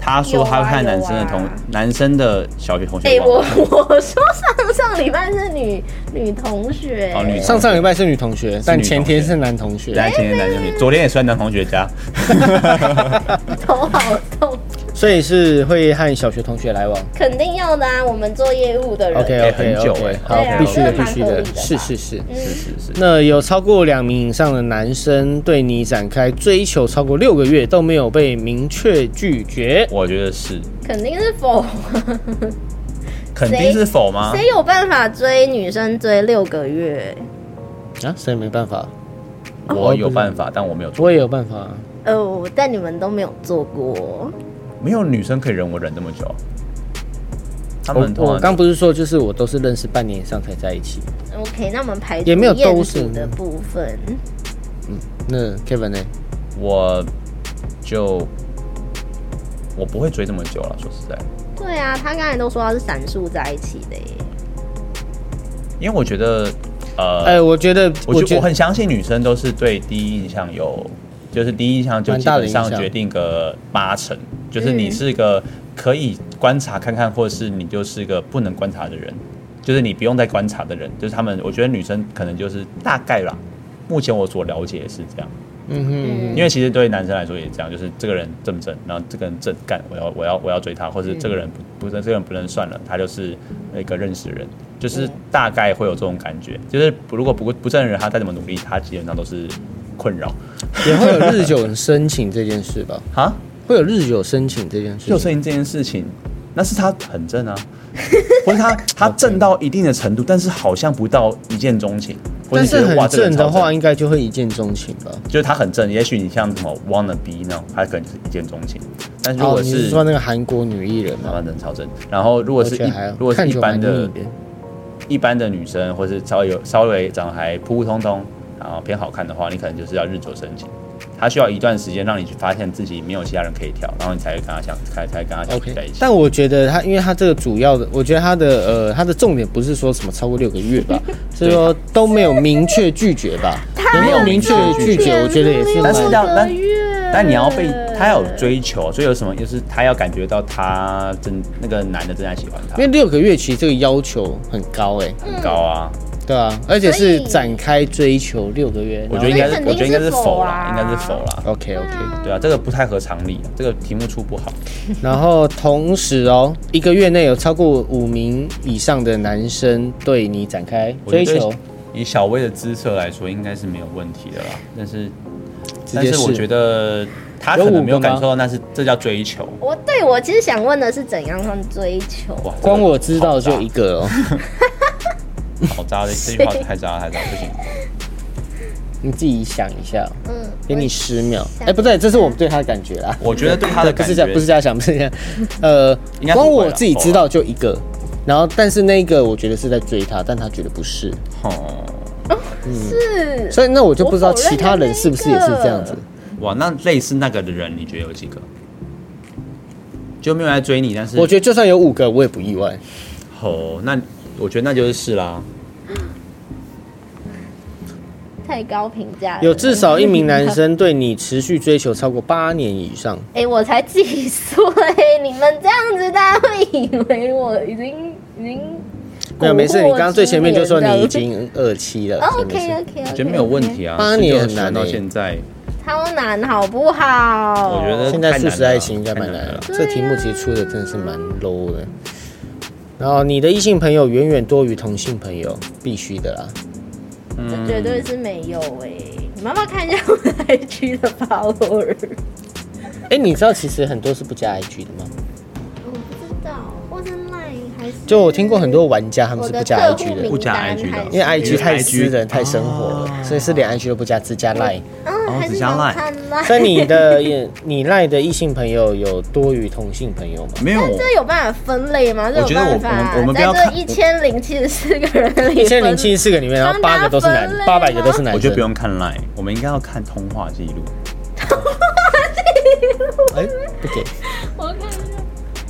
S1: 他说他会和男生的同、
S3: 有啊有啊
S1: 男生的小学同
S3: 哎、
S1: 学往
S3: 我 (laughs)
S1: 来。
S3: 我说上上礼拜是女女同学，
S1: 哦女
S2: 上上礼拜是女同学，但前天是男同
S1: 来
S2: 学，
S1: 啊今天男同
S3: 哎
S1: 学，昨天也是在男同学家，
S3: 头好痛，
S2: 所以是会和小学同学来往。
S3: 肯定要的啊，我们做业务的人
S2: OK
S1: 哎
S2: OK
S1: 很久
S2: OK，
S1: 哎
S2: 好
S1: 对，啊
S2: 必须的必
S3: 这蛮
S2: 须
S3: 合理
S2: 的
S3: 的，吧
S2: 是是是。
S3: 嗯
S1: 是是是，
S2: 那有超过两名以上的男生对你展开追求超过六个月都没有被明确拒绝，
S1: 我觉得是，
S3: 肯定是否
S1: 肯定是否吗？
S3: 谁有办法追女生追六个月？
S2: 啊，所以没办法，
S1: 我有办法，但我没有做，
S2: 我也有办法啊。
S3: 哦，但你们都没有做过，
S1: 没有女生可以忍我忍这么久。他
S2: 我
S1: 们通
S2: 哦
S1: 啊
S2: 我
S1: 常
S2: 刚不是说，就是我都是认识半年以上才在一起。
S3: OK，那我们排除
S2: 也没有
S3: 鼹
S2: 都
S3: 鼠
S2: 是
S3: 的部分，
S2: 那 Kevin 呢？
S1: 我就我不会追这么久了，说实在，
S3: 对啊，他刚才都说他是散数在一起的耶，
S1: 因为我觉得呃，
S2: 哎，我觉得，
S1: 我觉
S2: 觉
S1: 我很相信女生都是对第一印象有，就是第一印象就基本上
S2: 蛮大的影嗯响
S1: 决定个八成，就是你是个可以观察看看，或者是你就是个不能观察的人，就是你不用再观察的人，就是他们，我觉得女生可能就是大概啦。目前我所了解是这样，
S2: 嗯哼嗯
S1: 因为其实对男生来说也这样，就是这个人正不正，然后这个人正干，我要我要我要追他，或是这个人不不这个人不能算了，他就是那个认识的人，就是大概会有这种感觉，就是如果不不正的人，他再怎么努力，他基本上都是困扰
S2: 哼，也会有日久生情这件事吧？
S1: 啊。
S2: 会有日久生情这件事。
S1: 就声音这件事情，那是他很正啊，不是
S2: (laughs)
S1: 他他正到一定的程度，但是好像不到一见钟情，或
S2: 但
S1: 觉得哇
S2: 是很
S1: 啊这个人
S2: 正
S1: 超
S2: 的话，应该就会一见钟情吧？
S1: 就是他很正，也许你像什么 wanna be 那种，他可能就是一见钟情，但是如
S2: 哦，
S1: 果
S2: 你是
S1: 是
S2: 说那个韩国女艺人
S1: 台
S2: 吗？
S1: 湾人超正。然后如果
S2: 我
S1: 是
S2: 觉得
S1: 一
S2: 还好
S1: 如果是
S2: 看
S1: 一
S2: 起来
S1: 般的
S2: 蛮腻
S1: 一般的女生，或是稍微有稍微长得还普普通通，然后偏好看的话，你可能就是要日久生情。她需要一段时间让你去发现自己没有其他人可以跳，然后你才会跟她想，才才跟她想
S2: OK，
S1: 在一起。
S2: 但我觉得他，因为他这个主要的，我觉得他的呃，他的重点不是说什么超过六个月
S1: (laughs)
S2: 吧，是说都没有明确拒绝吧？有没有明确拒绝？我觉得也是蛮
S1: 但是要但
S3: 六个月
S1: 但你要被他要有追求，所以有什么就是他要感觉到他真那个男的真的喜欢他
S2: 因，为六个月其实这个要求很高哎、
S1: 很高啊。
S2: 对啊，而且
S3: 所
S2: 是
S3: 以
S2: 展开追求六个月，
S1: 我觉得应该是
S3: 那肯，定
S1: 我觉得应该是
S3: 是
S1: 否
S3: 否
S1: 啦，
S3: 啊
S1: 应该是否啦。
S2: OK OK，
S1: 对啊，这个不太合常理啊，这个题目出不好。
S2: 然后同时哦，一个月内有超过五名以上的男生对你展开
S1: 我
S2: 追
S1: 觉得
S2: 求，
S1: 以小薇的姿色来说，应该是没有问题的啦。但是，
S2: 直
S1: 但
S2: 接
S1: 是我
S2: 是
S1: 觉得他
S2: 有
S1: 可
S2: 五
S1: 能没有
S2: 个
S1: 感
S2: 吗
S1: 受到，那是这叫追求。
S3: 我对我其实想问的是，怎样算追求？
S1: 哇，这个
S2: 光我知道就一
S1: 好
S2: 个哦。
S1: 渣好渣的，这句话太渣了太渣了，不行。
S2: (laughs) 你自己想一下，
S3: 嗯，
S2: 给你
S3: 我
S2: 十秒。
S3: 想
S2: 哎，不对，这是我对他的感觉啦。
S1: 我觉得对他的
S2: 不
S1: 感
S2: 是
S1: 觉
S2: 这样，不是这样想，不是这样。呃
S1: (laughs) 应，该不会
S2: 光
S1: 啦
S2: 我自己知道就一个，然后但是那一个我觉得是在追他，但他觉得不是，
S1: 哦，
S3: 是
S2: 所以那我就不知道
S3: 我否认
S2: 其他人是不是也是这样子
S3: 的那。
S1: 哇，那类似那个的人，你觉得有几个？就没有来追你，但是
S2: 我觉得就算有五个，我也不意外。
S1: 哦，那我觉得那就是是啦。
S3: 太高评价了，
S2: 有至少一名男生对你持续追求超过八年以上，
S3: (laughs) 哎、我才几岁，你们这样子，大家会以为我已经已经
S2: 没有没事，
S3: 古惑
S2: 你刚刚最前面就说
S3: 之年
S2: 你已
S3: 这样
S2: 经二期
S1: 哦
S2: 了，所以没
S3: OK
S2: 事
S3: OK，
S1: 我觉得没有问题啊，
S2: 八年很
S1: 19
S2: 难欸
S1: 到现在，
S3: 超难好不好？
S1: 我觉得
S2: 现在素食爱情应该蛮难的，
S3: 太
S2: 这
S3: 难了
S2: 题目其实出的真的是蛮 low 的。然后你的异性朋友远远多于同性朋友，必须的啦。
S1: 嗯
S3: 这绝对是没有哎、你妈妈看一下我的 IG 的 follower，
S2: 哎，你知道其实很多是不加 IG 的吗？
S3: 我不知道，或是 Line 还是
S2: 就我听过很多玩家他们
S3: 我
S2: 是不
S3: 的
S2: 加
S3: 客户
S2: IG
S3: 名单
S2: 的
S3: 还，
S1: 不加 IG 的
S3: 是
S2: 因为 IG 太
S1: IG 啊
S2: 私人、太生活了，
S1: 哦
S2: 所以是连 IG 都不加，只加 Line。
S3: 嗯，还
S1: 只
S3: 是
S1: 加
S3: 要
S1: Line
S3: 看
S1: (laughs)
S3: Line，
S2: 所以你
S3: (laughs)
S2: 的你 Line 的异性朋友有多于同性朋友吗？
S1: 没有
S3: 这有办法分类吗？这
S1: 我觉
S3: 有
S1: 得我
S3: 办法
S1: 我们我们不要
S3: 在这
S1: 看
S3: 一千零七十四个人里，
S2: 一千零七十四个里面，然后八个都是男八
S3: 帮，大家分
S2: 百
S3: 类吗
S2: 个都是男生。
S1: 我觉得不用看 Line，我们应该要看通话记录。
S2: 哎，不给。
S3: 我看一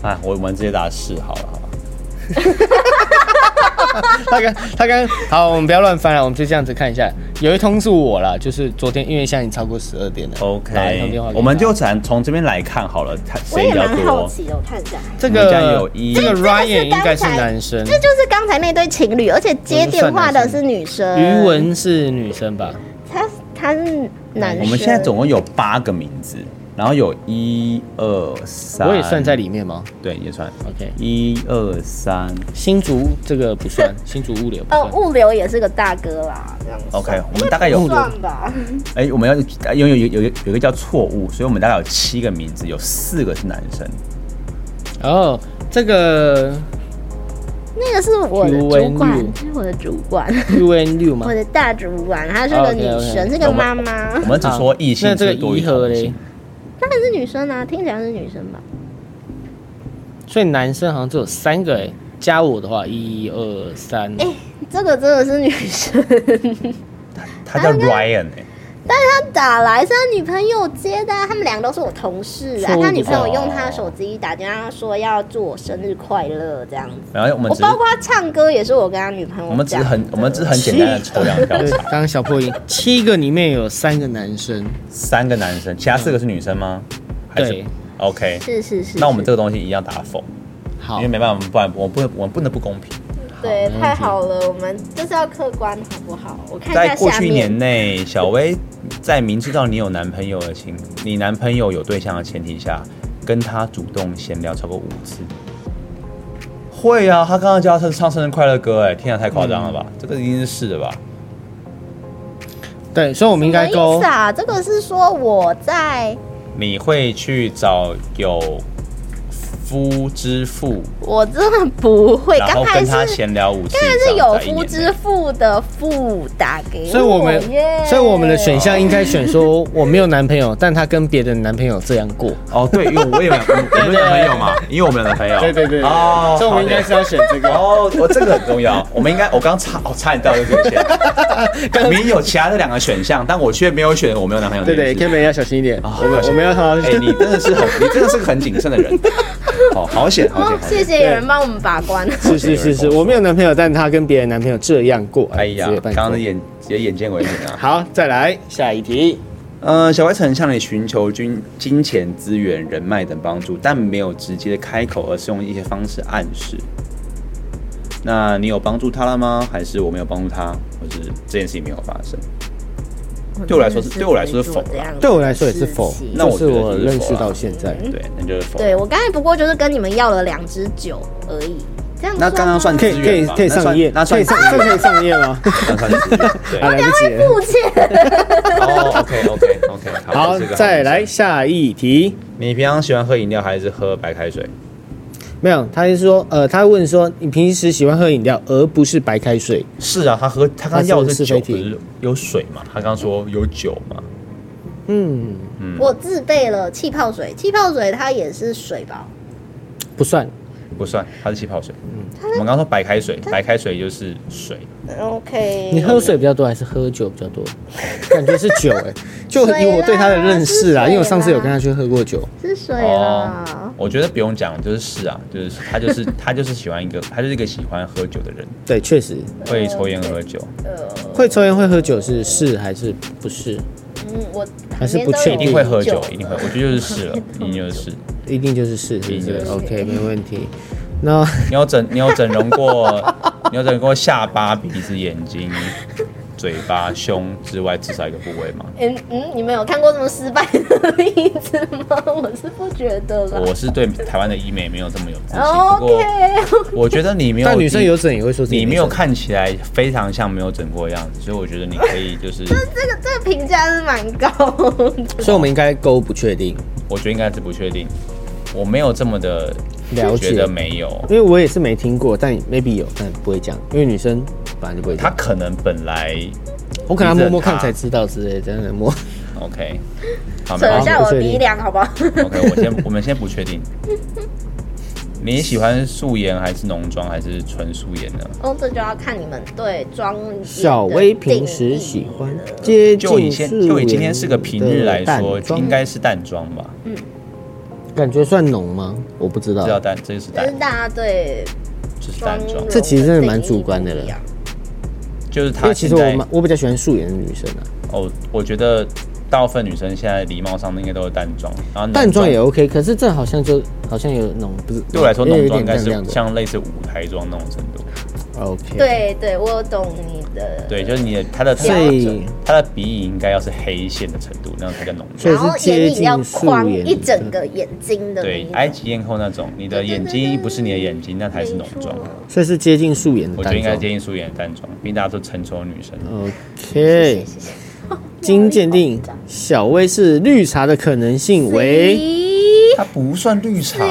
S3: 下
S1: 啊，我们直接打是好了，好吧？
S2: 他刚他刚好，我们不要乱翻了，我们就这样子看一下。有一通是我啦，就是昨天，因为现在已经超过十二点
S1: 哦
S2: 了。打一通电话
S1: OK，
S2: 给他
S1: 我们就从从这边来看好了，看
S3: 我
S1: 谁
S3: 也
S1: 比较
S3: 蛮好
S1: 多。
S3: 奇的，我看一下。
S2: 这
S1: 我们
S2: 个
S1: 家有一
S2: 这个
S3: 这个是
S2: Ryan 应该是
S3: 刚才
S2: 男生，
S3: 这就是刚才那对情侣，而且
S1: 嗯
S3: 接电话的是女生。
S2: 余，文是女生吧？
S3: 他他是男生。
S1: 我们现在总共有八个名字，然后有一二三，
S2: 我也算在里面吗
S1: 对，也算。
S2: ？OK，
S1: 一二三
S2: 新竹这个不
S3: (laughs)
S2: 算，新竹物流不
S3: 呃
S2: 算。
S3: 物流也是个大哥啦，这样子
S1: ，OK，我们大概有
S3: 算吧。
S1: 哎，我们要因为有有有有一个叫错误，所以我们大概有七个名字，有四个是男生。
S2: 哦，这个
S3: 那个是我的
S2: U
S3: 主
S2: N
S3: 管
S2: U，
S3: (laughs) 是我的主管，
S2: UN 六吗
S3: 我？的大主管，她
S1: 哦
S3: 是个女
S2: OK，OK
S3: 生，是个妈妈。
S1: 我们只说异性
S2: 啊那这个
S1: 是多于
S2: 颐和
S1: 同
S2: 嘞
S1: 性，，
S3: 当然是女生啊，听起来是女生吧？
S2: 所以男生好像只有三个哎，加我的话，一二三，
S3: 这个真的是女生，
S1: 他叫 Ryan 哎、
S3: 但是她打来是她女朋友接的啊、他们两个都是我同事啊
S2: 错。误
S3: 她女朋友用她手机打电话说要祝我生日快乐这样子。
S1: 然后我们
S3: 我
S1: 只是
S3: 包括唱歌也是我跟他女朋友讲的，
S1: 我们只是很我们只是很简单
S3: (laughs)
S1: 的抽两票
S2: 对，，刚刚小破音，七个里面有三个男生。
S1: 三个男生，其他四个是女生吗？还是
S2: 对
S1: ，OK。
S3: 是是是，
S1: 那我们这
S3: 个
S1: 个东西一样打否，因
S2: 好
S1: 为，没办法，不然我不我们不能不公平。
S3: 对
S2: 没问题
S3: 太好了，我们就是要客观好不好？我看一
S1: 在
S3: 下
S1: 过
S3: 下
S1: 去一年
S3: 面，
S1: 内，小薇在明知道你有男朋友的情，你男朋友有对象的前提下，跟他主动闲聊超过五次。会啊，他刚刚教他唱生日快乐歌，哎，天啊，太夸张了吧？这个一定是是的吧？
S2: 对，所以我们应该
S3: 什么
S2: 勾
S3: 意思啊？这个是说我在
S1: 你会去找有夫之妇，
S3: 我真的不会，
S1: 然
S3: 刚
S1: 后
S3: 才
S1: 跟他
S3: 是
S1: 闲聊五次以
S3: 刚
S1: 上，
S3: 才是有
S1: 在一
S3: 夫
S1: 年
S3: 之
S1: 内
S3: 妇的妇打给
S2: 所以我们
S3: 哦耶，
S2: 所以我们的选项应该选说我没有男朋友，但他跟别的男朋友这样过。
S1: 哦，对，因为
S2: (laughs)
S1: 我也有我们有男朋友嘛，因为我们有男朋友，哦，
S2: 所以我们应该是要选这
S1: 好的。
S2: 个。
S1: 哦，我这个很重要，我们应该，我刚差，我差点掉这个
S2: (laughs)
S1: 线。明明有其他的两个选项，但我却没有选我没有男朋友这
S2: 对
S1: 件
S2: 对
S1: 事。
S2: ，Kevin 要小心一点，
S1: 啊
S2: 我们
S1: 小
S2: 我
S1: 心
S2: 们要好好。
S1: 哎、你真的是很，你真的是个很谨慎的人。哦，好险，好
S3: 哦
S1: 险，好
S3: 谢
S1: 险。
S3: 谢有人帮我们把关。
S2: (laughs) 是是是是，我没有男朋友，但他跟别的男朋友这样过。
S1: 哎呀
S2: 直接，
S1: 刚
S2: 帮你
S1: 刚的
S2: 勾
S1: 眼也眼见为凭啊。
S2: 好，再来下一题。
S1: 呃，小白曾向你寻求金金钱、资源、人脉等帮助，但没有直接的开口，而是用一些方式暗示。那你有帮助他了吗？还是我没有帮助他，或是这件事情没有发生？对我来说是对我来说是否啦
S3: 这样的
S2: 对我来说也是否
S3: 事，情
S1: 那
S2: 这
S1: 我
S2: 是
S1: 觉得
S2: 我
S1: 就是
S2: 认
S1: 否
S2: 识
S1: 啊
S2: 到现在。
S1: 对，那就是否。
S3: 对我刚才不过就是跟你们要了两支酒而已，这样
S1: 那刚刚算
S3: 吗
S2: 可以可以可以上页，
S1: 那
S2: 可
S1: 算
S2: 以上这可以上页
S1: (laughs)
S2: 吗？
S1: 那算资源。对，
S2: 啊，来不及了。
S3: (laughs) 抱歉，
S1: (laughs) 哦，OK OK OK，
S2: 好，再来。下一题。
S1: 你平常喜欢喝饮料还是喝白开水？
S2: 没有，他是说，呃，他问说你平时喜欢喝饮料，而不是白开水。
S1: 是啊，他喝他刚要的
S2: 是
S1: 是
S2: 非
S1: 酒，
S2: 题
S1: 不是有水嘛？他刚刚说有酒嘛？
S2: 嗯，
S3: 我自备了气泡水，气泡水它也是水吧？
S2: 不算，
S1: 不算，它是气泡水。
S2: 嗯
S1: 我们刚刚说白开水，白开水就是水，
S3: OK，
S2: 哎你喝水比较多还是喝酒比较 (laughs) 多？感觉是酒哎、就以我对他的认识
S3: 水啦
S2: 啊，
S3: 是
S2: 因为我上次有跟他去喝过酒，
S3: 是水
S1: 哦
S3: 啦。
S1: 我觉得不用讲，就是是啊，就是他就是他就是喜欢一个，他就是一个喜欢喝酒的人，
S2: 对，确实
S1: 会抽烟喝酒，
S2: 会抽烟会喝酒是是还是不是，
S3: 嗯，我
S2: 还是不确
S1: 一
S2: 定
S1: 定会喝酒，一
S3: 一
S1: 定会，我觉得就是是了，一定就是是。
S2: 一定就是是，是不
S1: 一定
S2: 是嗯
S1: 就是
S2: ？OK，没问题。那
S1: 你有整你有整容过， (laughs) 你有整容过下巴、鼻子、眼睛、嘴巴、胸之外至少一个部位吗？
S3: 嗯嗯，你们有看过这么失败的例子吗？ (laughs) 我是不觉得啦。
S1: 我是对台湾的医美没有这么有自信，不过
S3: 哦 OK， (laughs)
S1: 我觉得你没有
S2: 但女生有整也会说自己
S1: 你没有
S2: 整
S1: 看起来非常像没有整过的样子，所以我觉得你可以就是，
S3: 这个这个评价是蛮高的。
S2: 所以我们应该勾不确定，
S1: 我觉得应该是不确定，我没有这么的
S2: 了解
S1: 觉得没有，
S2: 因为我也是没听过，但 maybe 有，但不会讲，因为女生本来就不会
S1: 他
S2: 讲，
S1: 可能本来
S2: 我可能要摸摸
S1: 逼着
S2: 看
S1: 她
S2: 才知道之类的，真的摸。
S1: OK，好，没
S3: 扯
S1: 关
S3: 一
S1: 系
S3: 下我的鼻梁，好不好？
S1: OK，我先我们先不确定，你喜欢素颜还是浓妆还是纯素颜呢？
S3: 哦，这就要看你们对妆容的
S2: 小薇平时喜欢接近
S1: 就以现
S2: 素
S1: 就以今天
S2: 颜
S1: 是个平日来
S2: 的淡
S1: 说，
S2: 妆嗯
S1: 应该是淡妆吧？
S2: 感觉算浓吗？我不知
S1: 知道
S2: 道，
S1: 淡，这就是
S3: 定义，就
S1: 淡
S3: 是，大家对
S1: 这是
S3: 妆
S1: 淡
S3: 容
S1: 妆
S3: 定义不一样，
S2: 这其实真的蛮主观的了
S1: 就是
S2: 因
S1: 他
S2: 为其实
S1: 现
S2: 我
S1: 在
S2: 蛮我比较喜欢素颜的女生啊，
S1: 哦，我觉得大部分女生现在礼貌上应该都是淡妆，然后浓
S2: 淡妆也 OK，可是这好像就好像有浓，不是
S1: 对我来说
S2: 也
S1: 浓
S2: 有
S1: 妆
S2: 点
S1: 应该
S2: 亮
S1: 是
S2: 亮的。
S1: 像类似舞台妆那种程度。
S2: OK，，
S3: 对对，我有懂你的。
S1: 对，就是你的她的
S2: 所以
S1: 她的鼻影应该要是黑线的程度，那种才叫浓妆。
S2: 所以
S3: 然后
S2: 是接
S3: 眼影要
S2: 近素
S3: 框
S2: 颜
S3: 一整个眼睛的那
S1: 对哎
S3: 一，种，
S1: 埃及艳后那种，你的眼睛不是你的眼睛，那才是浓妆
S3: 没。错
S2: 所以是接近素颜的
S1: 我觉得
S2: 淡
S1: 应该
S2: 妆。
S1: 建议素颜的淡妆，毕竟大家都成熟的女生。
S2: 嗯 OK，
S3: 谢谢
S2: 经鉴
S3: (laughs)
S2: 定小薇是绿茶的可能性为
S3: 咦，
S1: 她不算绿茶，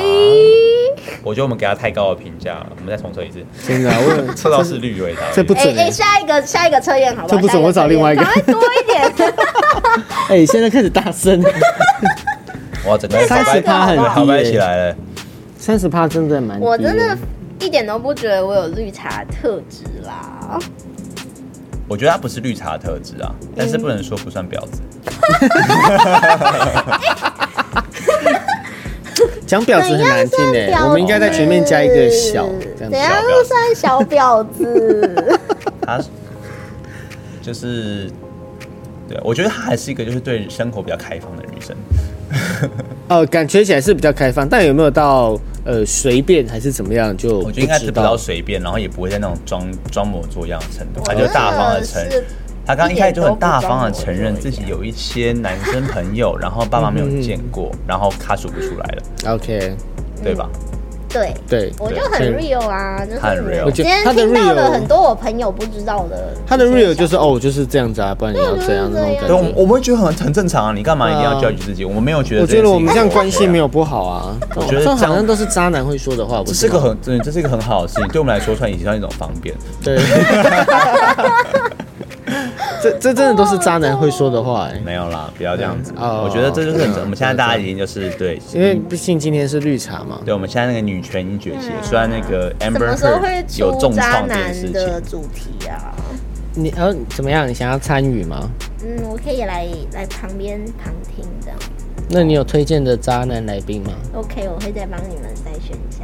S1: 我觉得我们给她太高的评价了。我们再重说一次，
S2: 真的啊，我
S1: 测到是绿味道。
S2: 这不
S3: 哎
S2: 准欸
S3: 哎，下一个下一个测验好不
S2: 这
S3: 好？
S2: 不准
S3: 下
S2: 我找另外一个
S3: 测验赶快多一
S2: (laughs)
S3: 点。
S2: (laughs)
S3: (laughs)
S2: 哎，现在开始大声，
S1: 哇，整个
S2: 三十趴很低
S1: 好掰起
S2: 耶
S1: 来了。
S2: 三十趴真的蛮低。
S3: 我真的一点都不觉得我有绿茶特质啦。
S1: 我觉得她不是绿茶特质啊，但是不能说不算婊子。
S2: 讲婊子很难听
S3: 怎
S2: 哎、
S3: 样算婊子
S2: 我们应该在前面加一个小，这样
S3: 怎
S2: 子
S3: 样就算小婊子？
S1: 他就是，对啊我觉得他还是一个就是对生活比较开放的女生，
S2: 哦，感觉起来是比较开放，但有没有到呃随便还是怎么样就
S1: 我
S2: 不
S1: 觉得应该
S2: 知
S1: 是比较
S2: 道。
S1: 随便，然后也不会在那种装装模作样的程度，(laughs)
S3: 我
S1: 他就大方的承
S3: 真
S1: 认
S3: 的是。
S1: 他刚刚一开始就很大方的承认自己有一些男生朋友，然后爸妈没有见过，
S2: 嗯
S1: 然后他数不出来了，
S2: OK，
S3: 嗯
S1: 对吧？
S3: 对。
S2: 对，
S3: 我就很
S2: 对
S3: real 啊，就是
S1: 很 real
S3: 我
S1: 我
S3: 今
S2: 觉得
S3: 天
S2: 他的
S3: 听到
S2: real-
S3: 了很多我朋友不知道的。
S2: 他的 real 就是哦，我就是这样子啊，不然你要这样
S3: 对
S1: 对，
S2: 那种感
S3: 我
S1: 我们
S2: 觉。
S1: 我们会觉得很很正常啊，你干嘛一定要
S2: 对啊
S1: judge 自己？我们没有觉得
S2: 我
S1: 件事情
S2: 觉
S1: 很 OK 啊，
S2: 得我们这样关系没有不好啊，
S1: 我觉得
S2: 这
S1: 这
S2: 好像
S1: 样
S2: 都是渣男会说的话。我
S1: 这
S2: 知
S1: 是
S2: 道
S1: 个很对，这是一个很好的事情，对我们来说算也算一种方便。
S2: 对， (laughs) 这这真的都是渣男会说的话哎、
S1: 没有啦，不要这样子。
S2: 哦
S1: 我觉得这就是很
S2: 嗯
S1: 我们现在大家已经就是对，
S2: 因为毕竟今天是绿茶嘛，
S1: 对我们现在那个女权已经崛起了，虽然那个
S3: 嗯什
S1: Amber
S3: 么时候会
S1: Heard 有
S3: 出
S1: 重
S3: 渣
S1: 创这件
S3: 男
S1: 事
S3: 的
S1: 情，
S3: 主题啊？
S2: 你呃怎么样？你想要参与吗？
S3: 嗯，我可以来来旁边旁听这样。
S2: 那你有推荐的渣男来 (laughs) 宾吗？
S3: OK，我会再帮你们筛选一下。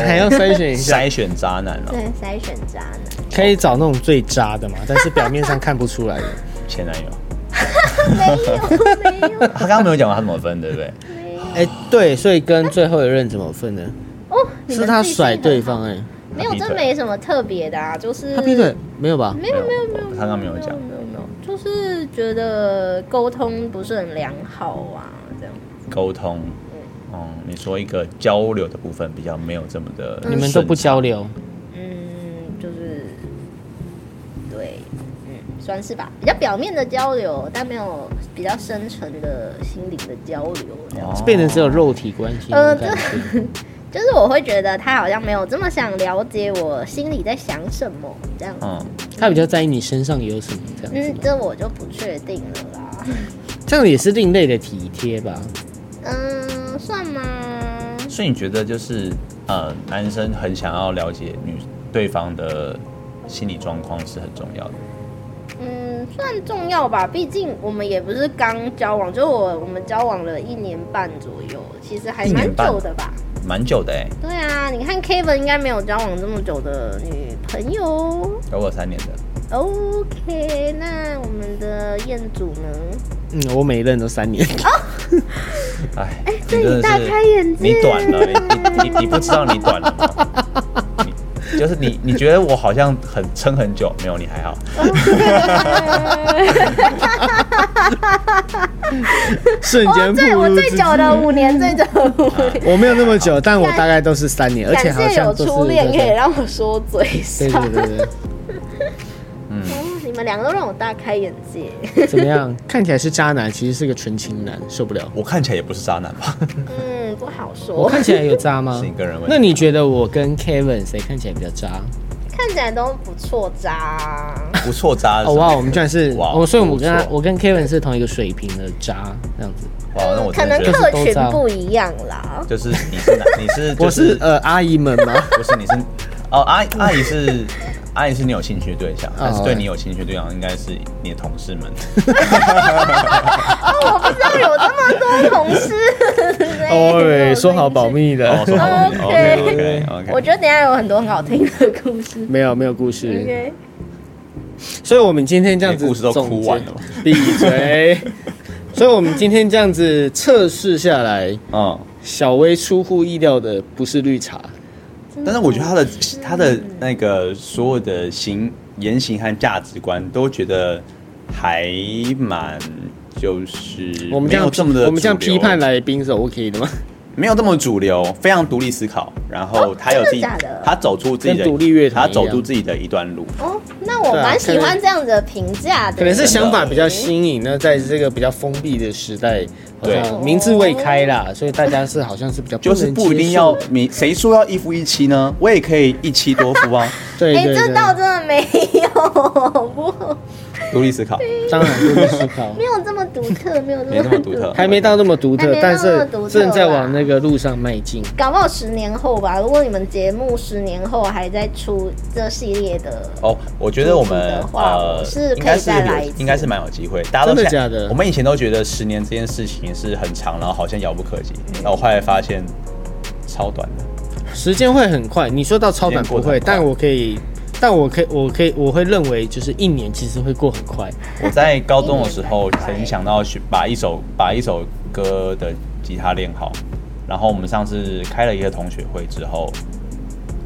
S2: 还要筛选一下，
S1: 筛选渣男哦了，
S3: 对，筛选渣
S1: (laughs)
S3: 男。
S2: (laughs) 可以找那种最渣的嘛，但是表面上看不出来的。
S1: 前男友。 (laughs)
S3: 没有没有
S1: 他刚刚哎没有讲过他怎么分，对不
S3: (laughs)
S1: 对？
S2: 哎、对，所以跟最后一任怎么分呢？
S3: 哦，
S2: (laughs)
S3: 你们
S2: 是他
S3: 自己
S2: 甩
S3: 很
S2: 对
S3: 好
S2: 方哎、
S3: 没有，
S1: 他劈
S3: 这
S1: 腿
S3: 没什么特别的啊，就是
S2: 他劈腿没有吧？
S3: 没有没有没有，
S1: 他刚刚没有讲
S3: 没有没有，就是觉得沟通不是很良好啊，这样。
S1: 沟通。嗯，你说一个交流的部分比较没有这么的，
S2: 你们都不，交流，
S3: 嗯，就是对，嗯，算是吧，比较表面的交流，但没有比较深层的心灵的交流，这样。
S1: 哦
S2: 变成只有肉体关系
S3: 呃
S2: 那种感觉。
S3: 就是我会觉得他好像没有这么想了解我心里在想什么这样。
S1: 嗯，
S2: (laughs) 他比较在意你身上有什么这样子
S3: 嗯
S2: 吗，，
S3: 这我就不确定了啦。
S2: 这样也是另类的体贴吧？
S3: 嗯，算吗？
S1: 所以你觉得就是呃，男生很想要了解女对方的心理状况是很重要的。
S3: 嗯，算重要吧，毕竟我们也不是刚交往，就我我们交往了一年半左右，其实还
S1: 一
S3: 蛮
S1: 年半
S3: 久的吧。
S1: 蛮久的哎、欸，
S3: 对啊，你看 Kevin 应该没有交往这么久的女朋友哦。
S1: 有我三年
S3: (laughs)
S1: 的，
S3: OK，那我们的彦
S2: (laughs)
S3: 祖呢？
S2: 嗯，我每一任都三年， (laughs)
S1: 哎，你真
S3: 对
S1: 的
S3: 你大
S1: 是
S3: 开眼界
S1: 你短了，你你你你不知道你短了，
S3: (laughs)
S1: 你就是你你觉得我好像很撑很久，没有你还好，
S2: 瞬间
S3: 对
S2: 暴
S3: 我
S2: 露
S3: 最
S2: 自己
S3: 久的五年，最久的五
S2: (laughs)
S3: 年。
S2: 我没有那么久，但我大概都是三年，而且
S3: 感
S2: 好
S3: 谢有
S2: 像都是
S3: 初恋可以
S2: 对
S3: 让我说嘴上。
S2: 对对对
S3: 哦 (laughs) 你们两个都让我大开眼界。
S2: 对， (laughs) 怎么样？看起来是渣男，其实是个纯情男，受不了。
S1: 我看起来也不是渣男吧？
S3: 嗯，不好
S2: 我
S3: 说，
S2: 看起来有渣吗
S1: 是你？个人问题。
S2: 那你觉得我跟 Kevin 谁看起来比较渣？
S3: 看起来都不错渣。
S1: 不错渣是
S2: 哦
S1: 什么
S2: 哇，我们居然是
S1: 呃哇
S2: 哦，所以我们跟他
S1: 不错
S2: 我跟 Kevin 是同一个水平的渣这样子。
S1: 哇，那我
S3: 可
S1: 真的
S3: 能
S1: 觉得
S3: 客群不一样啦。
S1: 就是你是男你是就
S2: 我是呃阿姨们 (laughs) 吗？
S1: 不是你是哦阿姨阿姨是。阿姨是你有兴趣的对象，但是对
S2: 哎
S1: 你有兴趣的对象应该是你的同事们。
S3: 哦我不知道有这么多同事。
S2: (laughs) 哦，喂，说好保。密的，
S1: 哦，说好了
S3: OK
S1: ，OK OK
S3: 我
S1: OK。
S3: 觉得等一下有很多很好听的故事。
S2: (laughs) 没有没有故事，
S3: OK，
S2: 所以我们今天这样子
S1: 你故事都
S2: 总结
S1: 哭完了吗
S2: 闭
S1: (laughs)
S2: 嘴。所以我们今天这样子测试下来，
S1: 嗯，
S2: 小薇出乎意料的不是绿茶，
S1: 但是我觉得他的他的那个所有的行言行和价值观，都觉得还蛮就是
S2: 我们
S1: 没
S2: 这样
S1: 有这么的
S2: 我们这样
S1: 主流
S2: 批判来宾是 OK 的吗？
S1: 没有这么主流，非常独立思考，然后他有自己
S3: 哦真的假的
S1: 他走出自己的
S2: 跟独立乐
S1: 他
S2: 团一样
S1: 走出自己的一段路。
S3: 哦，那我
S2: 对啊
S3: 蛮喜欢这样子的评价的。
S2: 可能是想法比较新颖，那在这个比较封闭的时代，好
S1: 对
S2: 像名字未开啦，所以大家是好像是比较
S1: 就是
S2: 能
S1: 不一
S2: 接
S1: 定
S2: 受
S1: 要你谁说要一夫一妻呢？我也可以一妻多夫
S3: (laughs)
S1: 啊，
S2: 对
S3: 哎，
S2: 对对
S3: 这，倒真的没有，不
S1: 独立思考，
S2: 当然独立思考
S3: 没，有这么独特，没有
S1: 没
S3: 这
S1: 那
S3: 么
S1: 么独特。
S2: 还没到那么独
S3: 还
S2: 特
S3: 没，到
S2: 但
S3: 那么
S2: 是
S3: 独特
S2: 正在
S3: 啦
S2: 往那个路上迈进。
S3: 搞不好十年后吧，如果你们节目十年后还在出这系列的，
S1: 哦，我觉得我
S3: 主题
S1: 们
S3: 的话
S1: 呃
S3: 我是，
S1: 应该
S3: 可以
S1: 是
S3: 再来一
S1: 有
S3: 次，
S1: 应该是蛮有机会。大家都
S2: 真的
S1: 现在
S2: 假的
S1: 我们以前都觉得十年这件事情是很长，然后好像遥不可及。
S3: 嗯
S1: 那我后来发现超短的，
S2: 时间会很快，你说到超短
S1: 时间过
S2: 不
S1: 得很
S2: 会，
S1: 快
S2: 但我可以，但我可以，我可以，我会认为就是一年其实会过很
S1: (laughs)
S2: 快。
S1: 我在高中的时候曾想到去把一首把一首歌的吉他练好，然后我们上次开了一个同学会之后，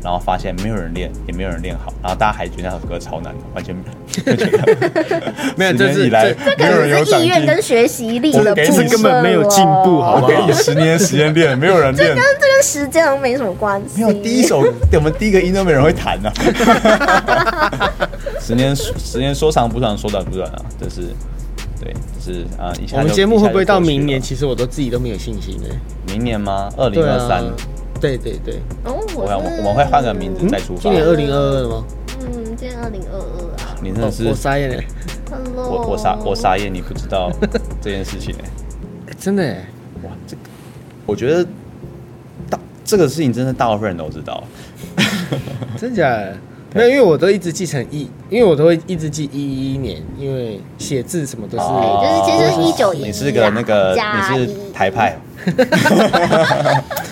S1: 然后发现没有人练，也没有人练好，然后大家还觉得那首歌超难的，完全没 (laughs) 有就觉得
S2: 没有
S1: 十
S2: 这
S1: 年
S2: 是
S1: 以来没有
S3: 可
S1: 人有
S3: 能是
S1: 长
S3: 意愿
S1: 进，
S3: 跟学习力的
S1: 我
S3: 部
S1: 给你
S3: 分啊
S2: 根本没有进步好
S1: 我
S2: 不
S1: 给
S2: 好
S1: 你十年时间练，没有人练，
S3: 这跟时间好像没什么关系。
S1: 没有第一首，我们第一个音都没有人会弹啊呢、啊。 (laughs) 十年十年说长不长，说短不短啊，这是对，就是啊，一下
S2: 我们
S1: 就
S2: 节目会不会到明？
S1: 一
S2: 年？
S1: 下
S2: 其实我都自己都没有信心
S1: 就过去
S2: 的。
S1: 了明年吗？二零
S2: 对
S1: 二三，
S2: 啊，对对对，嗯
S3: 哦，
S1: 我
S3: 我
S1: 想我
S3: 是
S1: 我们会换个名字再出发
S2: 今。年二零二二了吗？哦
S3: 嗯，今天二零二二啊
S1: 你真的是
S2: 我傻眼了，
S3: ，Hello，
S1: 我我傻我傻眼，你不知
S3: (laughs)
S1: 道这件事情哎、
S2: 哎
S1: (laughs)
S2: 真的哎，
S1: 哇，这个我觉得大这个事情真的大部分人都知道。
S2: 真假的？没有，因为我都一直记成一，因为我都会一直记一一年，因为写字什么都是。
S1: 哦
S3: 对，就是其实一九一，
S1: 你是个那个，
S3: 加
S1: 你是台派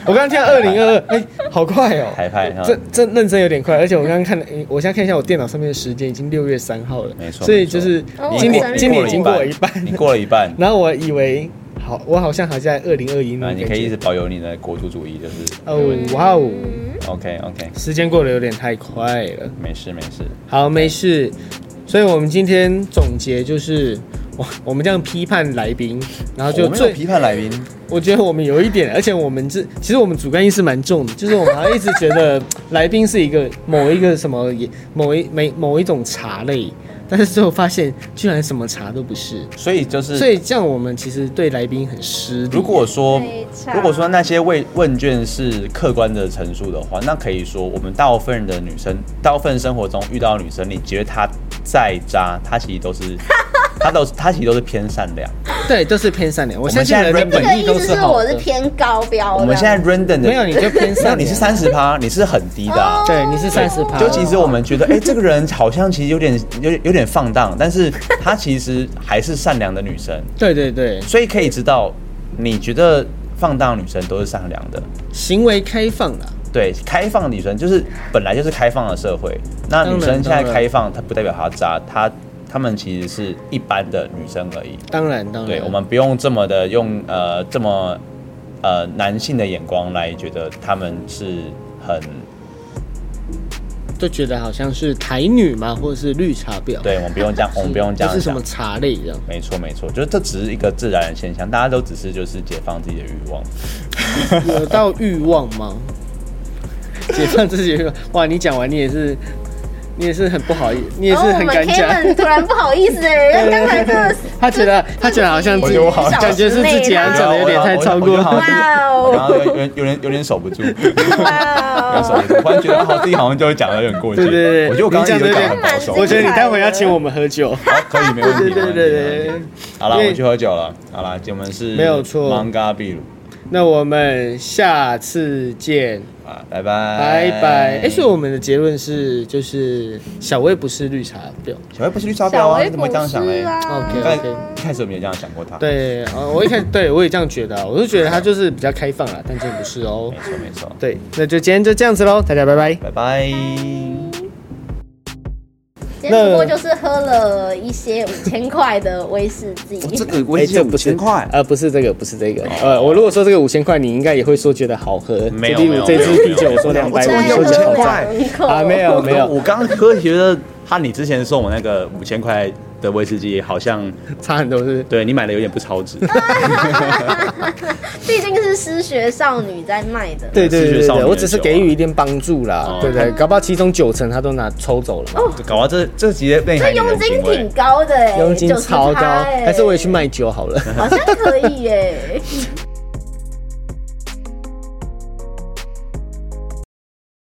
S2: 我刚刚听到二零二二，
S1: (laughs)
S2: 哎，好快哦！
S1: 台派哈。
S2: 这这认真有点快，而且我刚刚看，诶我现在看一下我电脑上面的时间，已经六月三号了，
S1: 没错
S2: 所以就是
S3: 错哦
S2: 今
S3: 我的生
S2: 年
S3: 日
S2: 今年已经过了一半，
S1: 你过了一
S3: (laughs)
S1: 半，
S2: 然后我以为好，我好像还在二零二一
S1: 啊，
S2: 年，
S1: 你可以一直嗯保有你的国族主义，就是
S2: 哦哇哦，
S3: 嗯
S1: OK OK，
S2: 时间过得有点太快了。
S1: 没事没事，
S2: 好，没事。所以我们今天总结就是，我我们这样批判来宾，然后
S1: 哦
S2: 就
S1: 我没有
S2: 最
S1: 批判来宾，
S2: 我觉得我们有一点，而且我们这其实我们主观意识蛮重的，就是我们好像一直
S1: (laughs)
S2: 觉得来宾是一个某一个什么也某一每某一种茶类，但是最后发现居然什么茶都不是，
S1: 所以就是
S2: 所以这样我们其实对来宾很失礼。
S1: 如果说
S3: 非常
S1: 如果说那些问问卷是客观的陈述的话，那可以说我们大部分的女生，大部分生活中遇到的女生，你觉得她再渣，她其实都是，她都她其实都是偏善良。
S2: 对，都是偏善良。我
S1: 们
S2: 相信
S1: 现在
S2: 人的
S1: rap
S3: 这个
S2: 本意
S3: 意
S2: 都
S3: 思是
S2: 好
S3: 我是
S2: 的。
S3: 偏高标的。
S1: 我们现在 random 的
S2: 没有你就偏
S1: 那
S2: 善良
S1: 你是三十趴，你是很低的、啊。
S3: 哦
S2: 对，你是三十趴。
S1: 就其实我们觉得，哎、这个人好像其实有点有点有点放荡，但是她其实还是善良的女生，
S2: 对对对，
S1: 所以可以知道，你觉得放荡的女生都是善良的，
S2: 行为开放啊了，
S1: 对，开放的女生就是本来就是开放的社会，那女生现在开放，她不代表她渣，她她们其实是一般的女生而已。
S2: 当然当然。
S1: 对，我们不用这么的用呃这么呃男性的眼光来觉得她们是很，
S2: 就觉得好像是台女嘛，或者是绿茶婊。
S1: 对，我们不用这样，我们不用这样
S2: (laughs) 是什
S1: 想
S2: 么。茶类这样。
S1: 没错，没错，就是这只是一个自然的现象，大家都只是就是解放自己的欲
S2: (laughs)
S1: 望。
S2: 有到欲望
S1: (laughs)
S2: 吗？解放自己的欲望。哇，你讲完你也是，你也是很不好意思，你也
S3: 然
S2: 是
S3: 后哦我
S2: 很
S3: 们
S2: 敢讲。
S1: 啊
S3: Kevin 突然不好
S1: (laughs)
S3: 意思的人，刚才真的是
S2: 他觉得他觉得好像自
S1: 我
S2: 己
S1: 觉得我好像
S2: 感觉是自己好像讲的有点太超过
S1: 我觉得 (laughs) 好像
S3: 哇
S1: 然
S3: 哦
S1: 后有点有点有点守
S2: (laughs)
S1: 不住。
S3: 哇
S1: 要手
S3: 哦，
S1: 我突然觉得啊好，自己好像就是讲的有点过激。
S2: 对对对
S1: 我觉得我刚刚
S2: 你
S1: 也
S2: 讲得有
S1: 讲
S2: 点
S1: 得很保守。
S2: 我觉得你待会要请我们
S1: (laughs)
S2: 喝酒。
S1: 好可以，没问题。没问题
S2: 对对对对
S1: 没问
S2: 对
S1: 题。好了，
S2: 因
S1: 我
S2: 为
S1: 们去喝酒了。好了，我们是
S2: 没有错
S1: ，Manga 秘鲁
S2: 那我们下次见，
S1: 啊，拜拜
S2: 拜拜。哎，所以我们的结论是，就是小薇不是绿茶婊。
S1: 小薇不是绿茶婊
S3: 小
S1: 啊？
S3: 微
S1: 你怎么会这样想哎嘞？
S3: 啊，
S1: 你
S2: OK
S1: 刚才
S2: OK。
S1: 一开始有没有这样想过他？，
S2: 对，呃，我一开始对我也这样觉得啊，我就觉得他就是比较开放啊，但真的不是哦
S1: 没。错没错，
S2: 对，那就今天就这样子喽，大家拜
S5: 哎
S2: 拜。
S1: 拜拜。哎
S3: 今天不过就是喝了一些五千块的威士忌，
S5: 这个
S2: 哎
S5: 威
S2: 这
S5: 胁五
S2: 不是
S5: 千块，
S2: 呃，不是这个，不是这个。呃，我如果说这个五千块，你应该也会说觉得好喝。
S1: 没有
S2: 就例
S1: 没
S2: 如
S1: 有
S2: 这支
S1: 没有
S2: 啤酒，
S1: 没有
S2: 我说两
S5: 我
S2: 百五，
S5: 真的
S2: 你
S5: 有
S2: 说觉得好
S5: 5000
S2: 赞
S5: 块
S2: 啊，没有没有，
S1: 我刚刚喝觉得和你之前送我那个五千块的威士忌好像，
S2: 差很多是不是。
S1: 对你买的有点不超值。
S3: 毕竟是失学少女在卖的。
S2: 对对
S1: 视觉
S2: 对
S1: 上
S2: 对，
S1: 面
S2: 我只是
S1: 的酒啊
S2: 给予一点帮助啦
S1: 哦，
S2: 对不对？搞不好其中九成他都拿抽走了嘛，
S1: (laughs) 搞到这这集的内
S3: 这
S1: 涵有
S3: 佣
S1: 点
S3: 金
S1: 敬畏
S3: 挺高的哎、欸，
S2: 佣金
S3: 90%
S2: 超高，
S3: 哎
S2: 还是我也去卖酒好了。
S3: 好像可以耶、哎